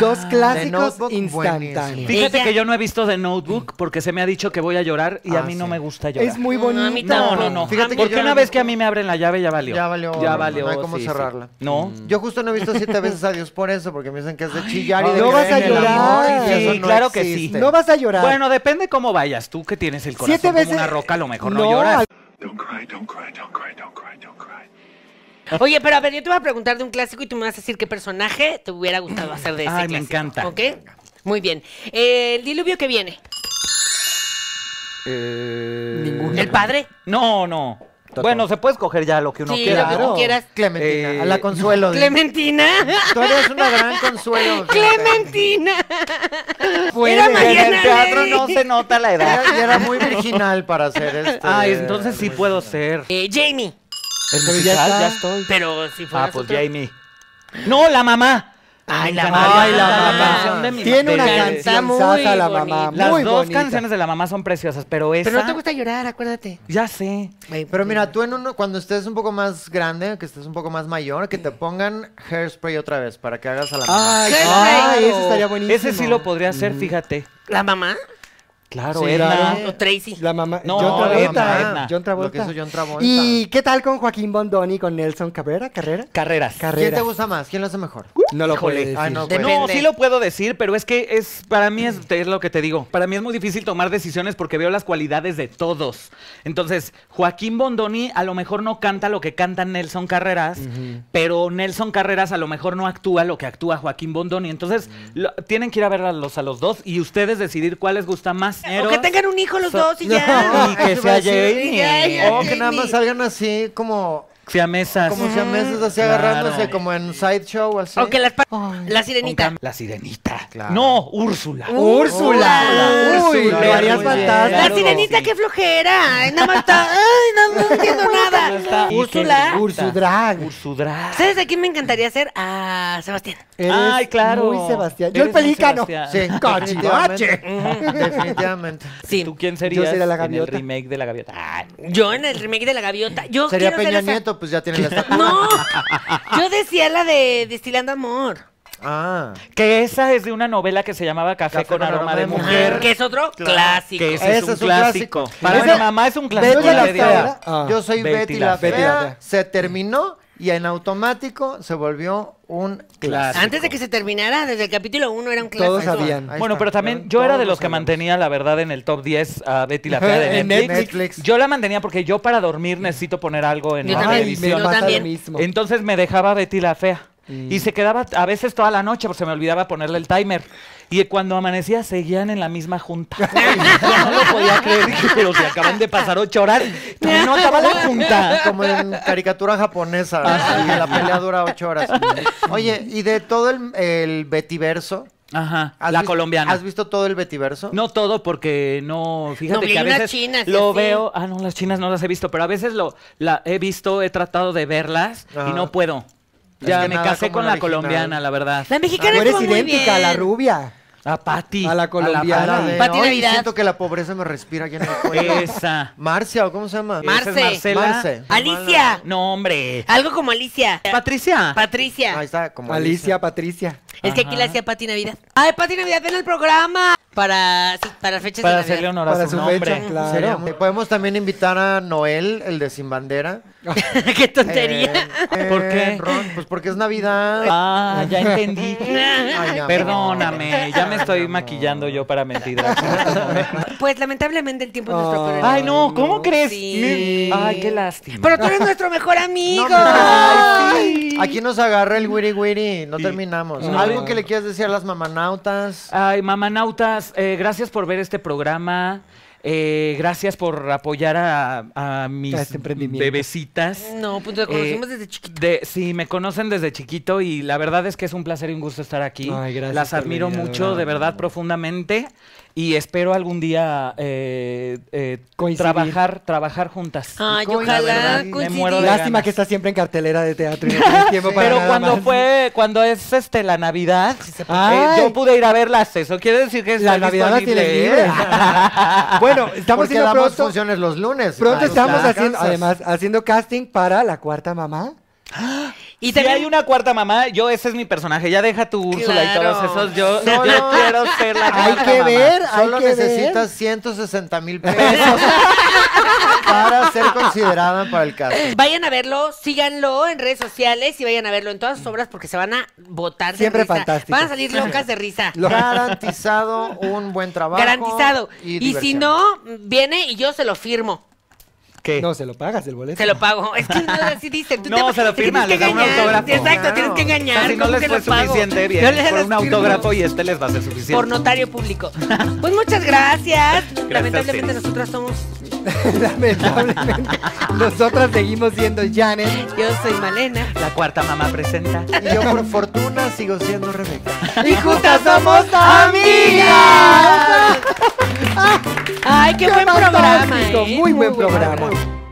Speaker 5: Dos clásicos
Speaker 2: Notebook,
Speaker 5: instantáneos.
Speaker 2: buenísimo.
Speaker 3: Fíjate
Speaker 1: Ella-
Speaker 3: que yo no he visto The Notebook porque se me ha dicho que voy a llorar y a
Speaker 2: Ah,
Speaker 3: mí
Speaker 2: sí.
Speaker 3: no me gusta llorar.
Speaker 5: Es muy
Speaker 1: No, a mí
Speaker 5: bonito.
Speaker 3: No, no, no.
Speaker 2: Fíjate que
Speaker 3: porque
Speaker 2: yo
Speaker 3: una
Speaker 2: no-
Speaker 3: vez que a mí me abren la llave ya valió.
Speaker 2: Ya valió,
Speaker 3: Ya
Speaker 2: no,
Speaker 3: valió.
Speaker 2: no hay cómo
Speaker 3: sí, sí.
Speaker 2: cerrarla.
Speaker 3: No.
Speaker 5: Mm.
Speaker 2: Yo justo no he visto siete veces a Dios por eso, porque me dicen que es de chillar y de
Speaker 5: no
Speaker 2: creer
Speaker 5: vas a
Speaker 2: en el amor,
Speaker 5: llorar.
Speaker 2: y eso
Speaker 3: Sí,
Speaker 2: no
Speaker 3: claro que sí.
Speaker 2: existe.
Speaker 5: No vas a llorar.
Speaker 3: Bueno, depende cómo vayas. Tú que tienes el corazón
Speaker 5: Siete veces.
Speaker 3: como una roca, a lo mejor no, lloras.
Speaker 5: al-
Speaker 9: Don't cry, don't cry, don't cry, don't cry, don't cry.
Speaker 1: Oye, pero a ver, yo te voy a preguntar de un clásico y tú me vas a decir qué personaje te hubiera gustado hacer de ese
Speaker 3: Ay, me
Speaker 1: clásico,
Speaker 3: encanta.
Speaker 1: ¿Ok? Muy bien. Eh, el diluvio que viene.
Speaker 5: Ninguno.
Speaker 1: ¿El padre?
Speaker 3: No, no. Bueno, se puede escoger ya lo que uno
Speaker 1: sí,
Speaker 3: quiera.
Speaker 1: lo que tú
Speaker 5: claro.
Speaker 1: quieras.
Speaker 2: Clementina,
Speaker 3: Eh,
Speaker 2: a la consuelo. di.
Speaker 1: Clementina.
Speaker 2: Tú eres una gran consuelo. fíjate.
Speaker 1: Clementina.
Speaker 3: Puede.
Speaker 1: Era
Speaker 3: En
Speaker 1: Mariana
Speaker 3: el teatro
Speaker 1: Levy.
Speaker 3: no se nota la edad.
Speaker 2: Era, y era muy virginal para hacer este.
Speaker 3: Ay, entonces sí
Speaker 2: muy
Speaker 3: puedo
Speaker 2: virginal.
Speaker 3: ser.
Speaker 1: Eh, Jamie.
Speaker 3: El
Speaker 5: Pero ya
Speaker 3: musical,
Speaker 5: está.
Speaker 3: ya estoy.
Speaker 1: Pero si fuera
Speaker 3: Ah, pues Jamie. No, la mamá.
Speaker 1: Ay,
Speaker 3: Me
Speaker 1: la
Speaker 3: encanta.
Speaker 1: mamá.
Speaker 3: Ay, la
Speaker 1: La
Speaker 3: mamá.
Speaker 1: canción
Speaker 5: Ah,
Speaker 1: de
Speaker 3: mi-
Speaker 5: Tiene una
Speaker 3: de-
Speaker 5: canción
Speaker 1: muy
Speaker 5: sasa la mamá.
Speaker 1: bonita.
Speaker 3: Las
Speaker 5: Muy
Speaker 3: dos
Speaker 5: bonita.
Speaker 3: canciones de la mamá son preciosas, pero esa.
Speaker 1: Pero no te gusta llorar, acuérdate.
Speaker 3: Ya sé.
Speaker 2: Pero mira, tú en uno, cuando estés un poco más grande, que estés un poco más mayor, que te pongan hairspray otra vez para que hagas a
Speaker 3: Ah,
Speaker 2: la mamá.
Speaker 5: Ay,
Speaker 1: Claro.
Speaker 5: ay, eso estaría buenísimo.
Speaker 3: Ese sí lo podría hacer, fíjate.
Speaker 1: ¿La mamá?
Speaker 3: Claro,
Speaker 5: Sí,
Speaker 3: Edna.
Speaker 5: claro.
Speaker 1: ¿O Tracy?
Speaker 5: La mamá.
Speaker 3: No,
Speaker 5: John
Speaker 3: la
Speaker 5: Travolta. ¿eh?
Speaker 3: mamá, Edna.
Speaker 5: John Travolta.
Speaker 2: Lo que hizo John Travolta.
Speaker 5: ¿Y qué tal con Joaquín Bondoni, con Nelson Cabrera? ¿Carrera?
Speaker 3: Carreras.
Speaker 5: Carrera.
Speaker 2: ¿Quién te gusta más? ¿Quién lo hace mejor?
Speaker 5: No lo
Speaker 3: Híjole.
Speaker 5: puedo decir.
Speaker 2: Ay, no, pues.
Speaker 1: Depende.
Speaker 3: No, sí lo puedo decir, pero es que es para mí es, es lo que te digo. Para mí es muy difícil tomar decisiones porque veo las cualidades de todos. Entonces, Joaquín Bondoni a lo mejor no canta lo que canta Nelson Carreras, pero Nelson Carreras a lo mejor no actúa lo que actúa Joaquín Bondoni. Entonces, lo- tienen que ir a ver a los, a los dos y ustedes decidir cuál les gusta más.
Speaker 1: O que tengan un hijo los
Speaker 3: So-
Speaker 1: dos y
Speaker 3: No,
Speaker 1: ya.
Speaker 3: y que
Speaker 2: Eso iba a
Speaker 3: sea
Speaker 2: decir.
Speaker 3: Jamie.
Speaker 1: Ya, ya,
Speaker 2: O que nada
Speaker 1: Jamie.
Speaker 2: más salgan así como
Speaker 3: Se amesas.
Speaker 2: Como si a meses así
Speaker 3: Claro.
Speaker 2: agarrándose, como en un sideshow, así.
Speaker 1: O que las pa- La sirenita.
Speaker 3: Con cam- La sirenita.
Speaker 2: Claro.
Speaker 3: No, Úrsula.
Speaker 5: ¡Úrsula!
Speaker 2: Úrsula.
Speaker 5: ¡Uy!
Speaker 2: Úrsula,
Speaker 5: Lo harías
Speaker 2: muy bien.
Speaker 5: fantástico.
Speaker 1: La
Speaker 3: Claro,
Speaker 1: sirenita,
Speaker 3: sí.
Speaker 1: qué flojera. Ay, nada más está. Ay, no, no entiendo
Speaker 3: No está-
Speaker 1: nada.
Speaker 3: Y
Speaker 1: Úrsula.
Speaker 3: qué
Speaker 5: Ursudrag.
Speaker 3: Ursudrag.
Speaker 1: ¿Sabes a quién me encantaría ser? A Sebastián.
Speaker 5: Eres
Speaker 3: Ay, claro.
Speaker 5: Muy Sebastián. Yo el
Speaker 3: Eres muy
Speaker 5: pelícano.
Speaker 3: Sebastián.
Speaker 2: Sí,
Speaker 5: Cachivache.
Speaker 2: definitivamente. Definitivamente.
Speaker 1: Sí.
Speaker 3: ¿Tú quién serías
Speaker 5: sería la
Speaker 3: en el
Speaker 5: gaviota.
Speaker 3: remake de la gaviota? Ay,
Speaker 1: Yo en el remake de la gaviota. Yo
Speaker 2: Sería
Speaker 1: quiero ser
Speaker 2: Peña
Speaker 1: esa-
Speaker 2: Nieto, pues ya tiene la estatua.
Speaker 3: Ah.
Speaker 1: No. Yo decía la de Destilando Amor.
Speaker 2: Ah,
Speaker 3: que esa es de una novela que se llamaba Café,
Speaker 2: Café
Speaker 3: con, aroma, de mujer.
Speaker 1: Que es otro clásico.
Speaker 3: Ah, Que ese es
Speaker 2: Ese
Speaker 3: un
Speaker 2: es un
Speaker 3: clásico.
Speaker 2: clásico.
Speaker 3: Para
Speaker 5: Ese-
Speaker 3: mi mamá es un clásico.
Speaker 5: Betty
Speaker 2: Betty
Speaker 3: de
Speaker 2: la
Speaker 5: Betty la
Speaker 2: Fea.
Speaker 3: media hora.
Speaker 5: Ah.
Speaker 2: Yo soy
Speaker 3: Betty
Speaker 2: Betty,
Speaker 3: la
Speaker 2: la Fea.
Speaker 5: Betty la Fea.
Speaker 2: Se terminó y en automático se volvió un clásico.
Speaker 1: Antes de que se terminara, desde el capítulo 1 era un clásico.
Speaker 5: Todos sabían.
Speaker 2: Ahí
Speaker 3: Bueno,
Speaker 2: está.
Speaker 3: pero también
Speaker 2: Ven,
Speaker 3: yo era
Speaker 2: todos
Speaker 3: de los
Speaker 2: lo
Speaker 3: que
Speaker 2: sabemos.
Speaker 3: mantenía, la verdad, en el top 10 a Betty la Fea de
Speaker 5: En
Speaker 3: Netflix.
Speaker 2: Netflix.
Speaker 3: Yo la mantenía porque yo para dormir necesito poner algo en
Speaker 1: Yo
Speaker 3: la
Speaker 1: también.
Speaker 5: Ay, me
Speaker 3: televisión.
Speaker 1: Yo
Speaker 5: pasa lo
Speaker 1: también.
Speaker 5: mismo.
Speaker 3: Entonces me dejaba Betty la Fea.
Speaker 2: Mm.
Speaker 3: Y se quedaba a veces toda la noche, porque se me olvidaba ponerle el timer. Y cuando amanecía, seguían en la misma junta. no lo podía creer, dije, pero se acaban de pasar ocho horas. todavía No acaba la junta.
Speaker 2: Como en caricatura japonesa, ¿verdad? que la pelea dura ocho horas. Oye, y de todo el, el betiverso.
Speaker 3: Ajá,
Speaker 2: ¿has
Speaker 3: la
Speaker 2: vis-
Speaker 3: colombiana.
Speaker 2: ¿Has visto todo el betiverso?
Speaker 3: No todo, porque no, fíjate
Speaker 1: No, vi
Speaker 3: que a
Speaker 1: unas
Speaker 3: veces
Speaker 1: chinas y
Speaker 3: lo
Speaker 1: así.
Speaker 3: veo, ah no, las chinas no las he visto, pero a veces lo la he visto, he tratado de verlas
Speaker 2: Ajá.
Speaker 3: y no puedo.
Speaker 2: Es
Speaker 3: Ya
Speaker 2: que
Speaker 3: me
Speaker 2: nada
Speaker 3: casé
Speaker 2: como
Speaker 3: con
Speaker 2: la
Speaker 3: la
Speaker 2: original.
Speaker 3: colombiana, la verdad.
Speaker 1: La
Speaker 5: Tú
Speaker 1: mexicana
Speaker 5: eres
Speaker 1: estuvo muy
Speaker 5: idéntica a la
Speaker 1: bien.
Speaker 5: rubia.
Speaker 3: A Patti.
Speaker 5: A la colombiana.
Speaker 2: A la de,
Speaker 1: Pati
Speaker 2: "Ay,
Speaker 1: Navidad".
Speaker 2: siento que la pobreza me respira aquí en el cuello.
Speaker 3: Esa.
Speaker 2: Marcia, ¿o cómo se llama?
Speaker 3: Mar-
Speaker 1: Marce.
Speaker 3: Esa es Marcela.
Speaker 2: Marce.
Speaker 1: Alicia.
Speaker 3: No, hombre.
Speaker 1: Algo como Alicia.
Speaker 3: Patricia.
Speaker 1: Patricia.
Speaker 2: Ahí está, como
Speaker 5: Alicia, Patricia.
Speaker 1: es que aquí la hacía Pati Navidad. Ay, Pati Navidad en el programa. Para, sí, para fechas
Speaker 3: Para
Speaker 1: de Navidad.
Speaker 3: hacerle honor a
Speaker 5: Para
Speaker 3: su
Speaker 5: su
Speaker 3: nombre.
Speaker 5: fecha,
Speaker 2: Alicia.
Speaker 5: claro.
Speaker 2: Sería muy- Eh, Podemos también invitar a Noel, el de Sin Bandera.
Speaker 1: Qué tontería.
Speaker 2: Eh,
Speaker 3: ¿Por qué?
Speaker 2: Ron, pues porque es Navidad.
Speaker 3: Ah, ya entendí.
Speaker 2: Eh. Ay, amor.
Speaker 3: Perdóname, ya me
Speaker 2: Ay,
Speaker 3: estoy
Speaker 2: amor.
Speaker 3: maquillando yo para mentiras.
Speaker 1: Pues lamentablemente el tiempo es nuestro peor
Speaker 3: Ay,
Speaker 1: enemigo.
Speaker 3: no, ¿cómo crees?
Speaker 1: Sí.
Speaker 3: Ay, qué lástima.
Speaker 1: Pero tú eres nuestro mejor amigo.
Speaker 2: Ay, sí. Aquí nos agarra el wiri wiri, no terminamos.
Speaker 3: No.
Speaker 2: Algo que le quieras decir a las mamanautas.
Speaker 3: Ay, mamanautas, eh, gracias por ver este programa. Eh, gracias por apoyar a, a mis
Speaker 5: A este emprendimiento.
Speaker 3: bebecitas.
Speaker 1: No, pues lo
Speaker 3: Eh,
Speaker 1: conocimos desde chiquito.
Speaker 3: de- sí, me conocen desde chiquito y la verdad es que es un placer y un gusto estar aquí.
Speaker 5: Ay, gracias
Speaker 3: Las
Speaker 5: por
Speaker 3: admiro
Speaker 5: venir, de
Speaker 3: mucho,
Speaker 5: verdad.
Speaker 3: de verdad, profundamente. Y espero algún día eh, eh,
Speaker 5: Coincidir.
Speaker 3: trabajar, trabajar juntas.
Speaker 1: Ay,
Speaker 2: Coño, la verdad,
Speaker 1: ojalá
Speaker 2: me
Speaker 1: coincidir.
Speaker 3: muero de
Speaker 5: Lástima
Speaker 3: ganas.
Speaker 5: que está siempre en cartelera de teatro. y no tienes tiempo para
Speaker 3: Pero
Speaker 5: nada
Speaker 3: cuando
Speaker 5: más.
Speaker 3: fue, cuando es este la Navidad, eh,
Speaker 5: Ay.
Speaker 3: yo pude ir a verlas. Eso quiere decir que
Speaker 5: La
Speaker 3: estoy
Speaker 5: Navidad la tienes
Speaker 3: disponible, ¿eh?
Speaker 5: libre. bueno, estamos
Speaker 2: Porque
Speaker 5: haciendo
Speaker 2: damos
Speaker 5: pronto.
Speaker 2: funciones los lunes.
Speaker 5: Pronto
Speaker 2: Ahí está.
Speaker 5: estamos haciendo,
Speaker 2: Alcanzas.
Speaker 5: además, haciendo casting para la cuarta mamá.
Speaker 1: Y
Speaker 3: Si
Speaker 1: también
Speaker 3: hay una cuarta mamá, yo ese es mi personaje. Ya deja tu Úrsula y
Speaker 1: Claro.
Speaker 3: todos esos. Yo, yo
Speaker 2: Solo-
Speaker 3: quiero ser la
Speaker 5: Hay
Speaker 3: cuarta
Speaker 5: que
Speaker 3: mamá.
Speaker 5: ver, hay
Speaker 2: Solo
Speaker 5: que ver.
Speaker 2: necesitas 160 mil pesos para ser considerada para el caso.
Speaker 1: Vayan a verlo, síganlo en redes sociales y vayan a verlo en todas sus obras porque se van a votar de
Speaker 5: Siempre
Speaker 1: risa.
Speaker 5: fantástico.
Speaker 1: Van a salir locas de risa.
Speaker 5: Lo-
Speaker 2: Garantizado un buen trabajo.
Speaker 1: Garantizado. Y, si
Speaker 2: diversión.
Speaker 1: no, viene y yo se lo firmo.
Speaker 3: ¿Qué?
Speaker 5: No, se lo pagas el boleto.
Speaker 1: Se lo pago. Es que no, así dicen. Tú
Speaker 3: No,
Speaker 1: te-
Speaker 3: se lo
Speaker 1: te
Speaker 3: firma,
Speaker 1: tienes
Speaker 3: les da un
Speaker 1: engañar.
Speaker 3: autógrafo.
Speaker 1: Exacto,
Speaker 2: Claro.
Speaker 1: tienes que engañar.
Speaker 3: Si no
Speaker 1: ¿cómo
Speaker 3: les
Speaker 1: te
Speaker 3: fue
Speaker 1: lo pago?
Speaker 3: suficiente,
Speaker 1: Yo
Speaker 3: bien.
Speaker 1: les
Speaker 3: Por
Speaker 1: los
Speaker 3: un
Speaker 1: firmo.
Speaker 3: autógrafo y este les va a ser
Speaker 1: Por
Speaker 3: suficiente.
Speaker 1: notario público. Pues muchas gracias. Lamentablemente
Speaker 3: a ti.
Speaker 1: nosotras somos.
Speaker 5: Lamentablemente, nosotras seguimos siendo Janet.
Speaker 1: Yo soy Malena.
Speaker 3: La cuarta mamá presenta.
Speaker 2: Y yo por fortuna sigo siendo Rebeca.
Speaker 5: Y juntas somos amigas.
Speaker 1: Ay, qué, buen programa.
Speaker 5: Fantástico,
Speaker 1: ¿eh?
Speaker 5: Muy buen
Speaker 1: bueno.
Speaker 5: programa.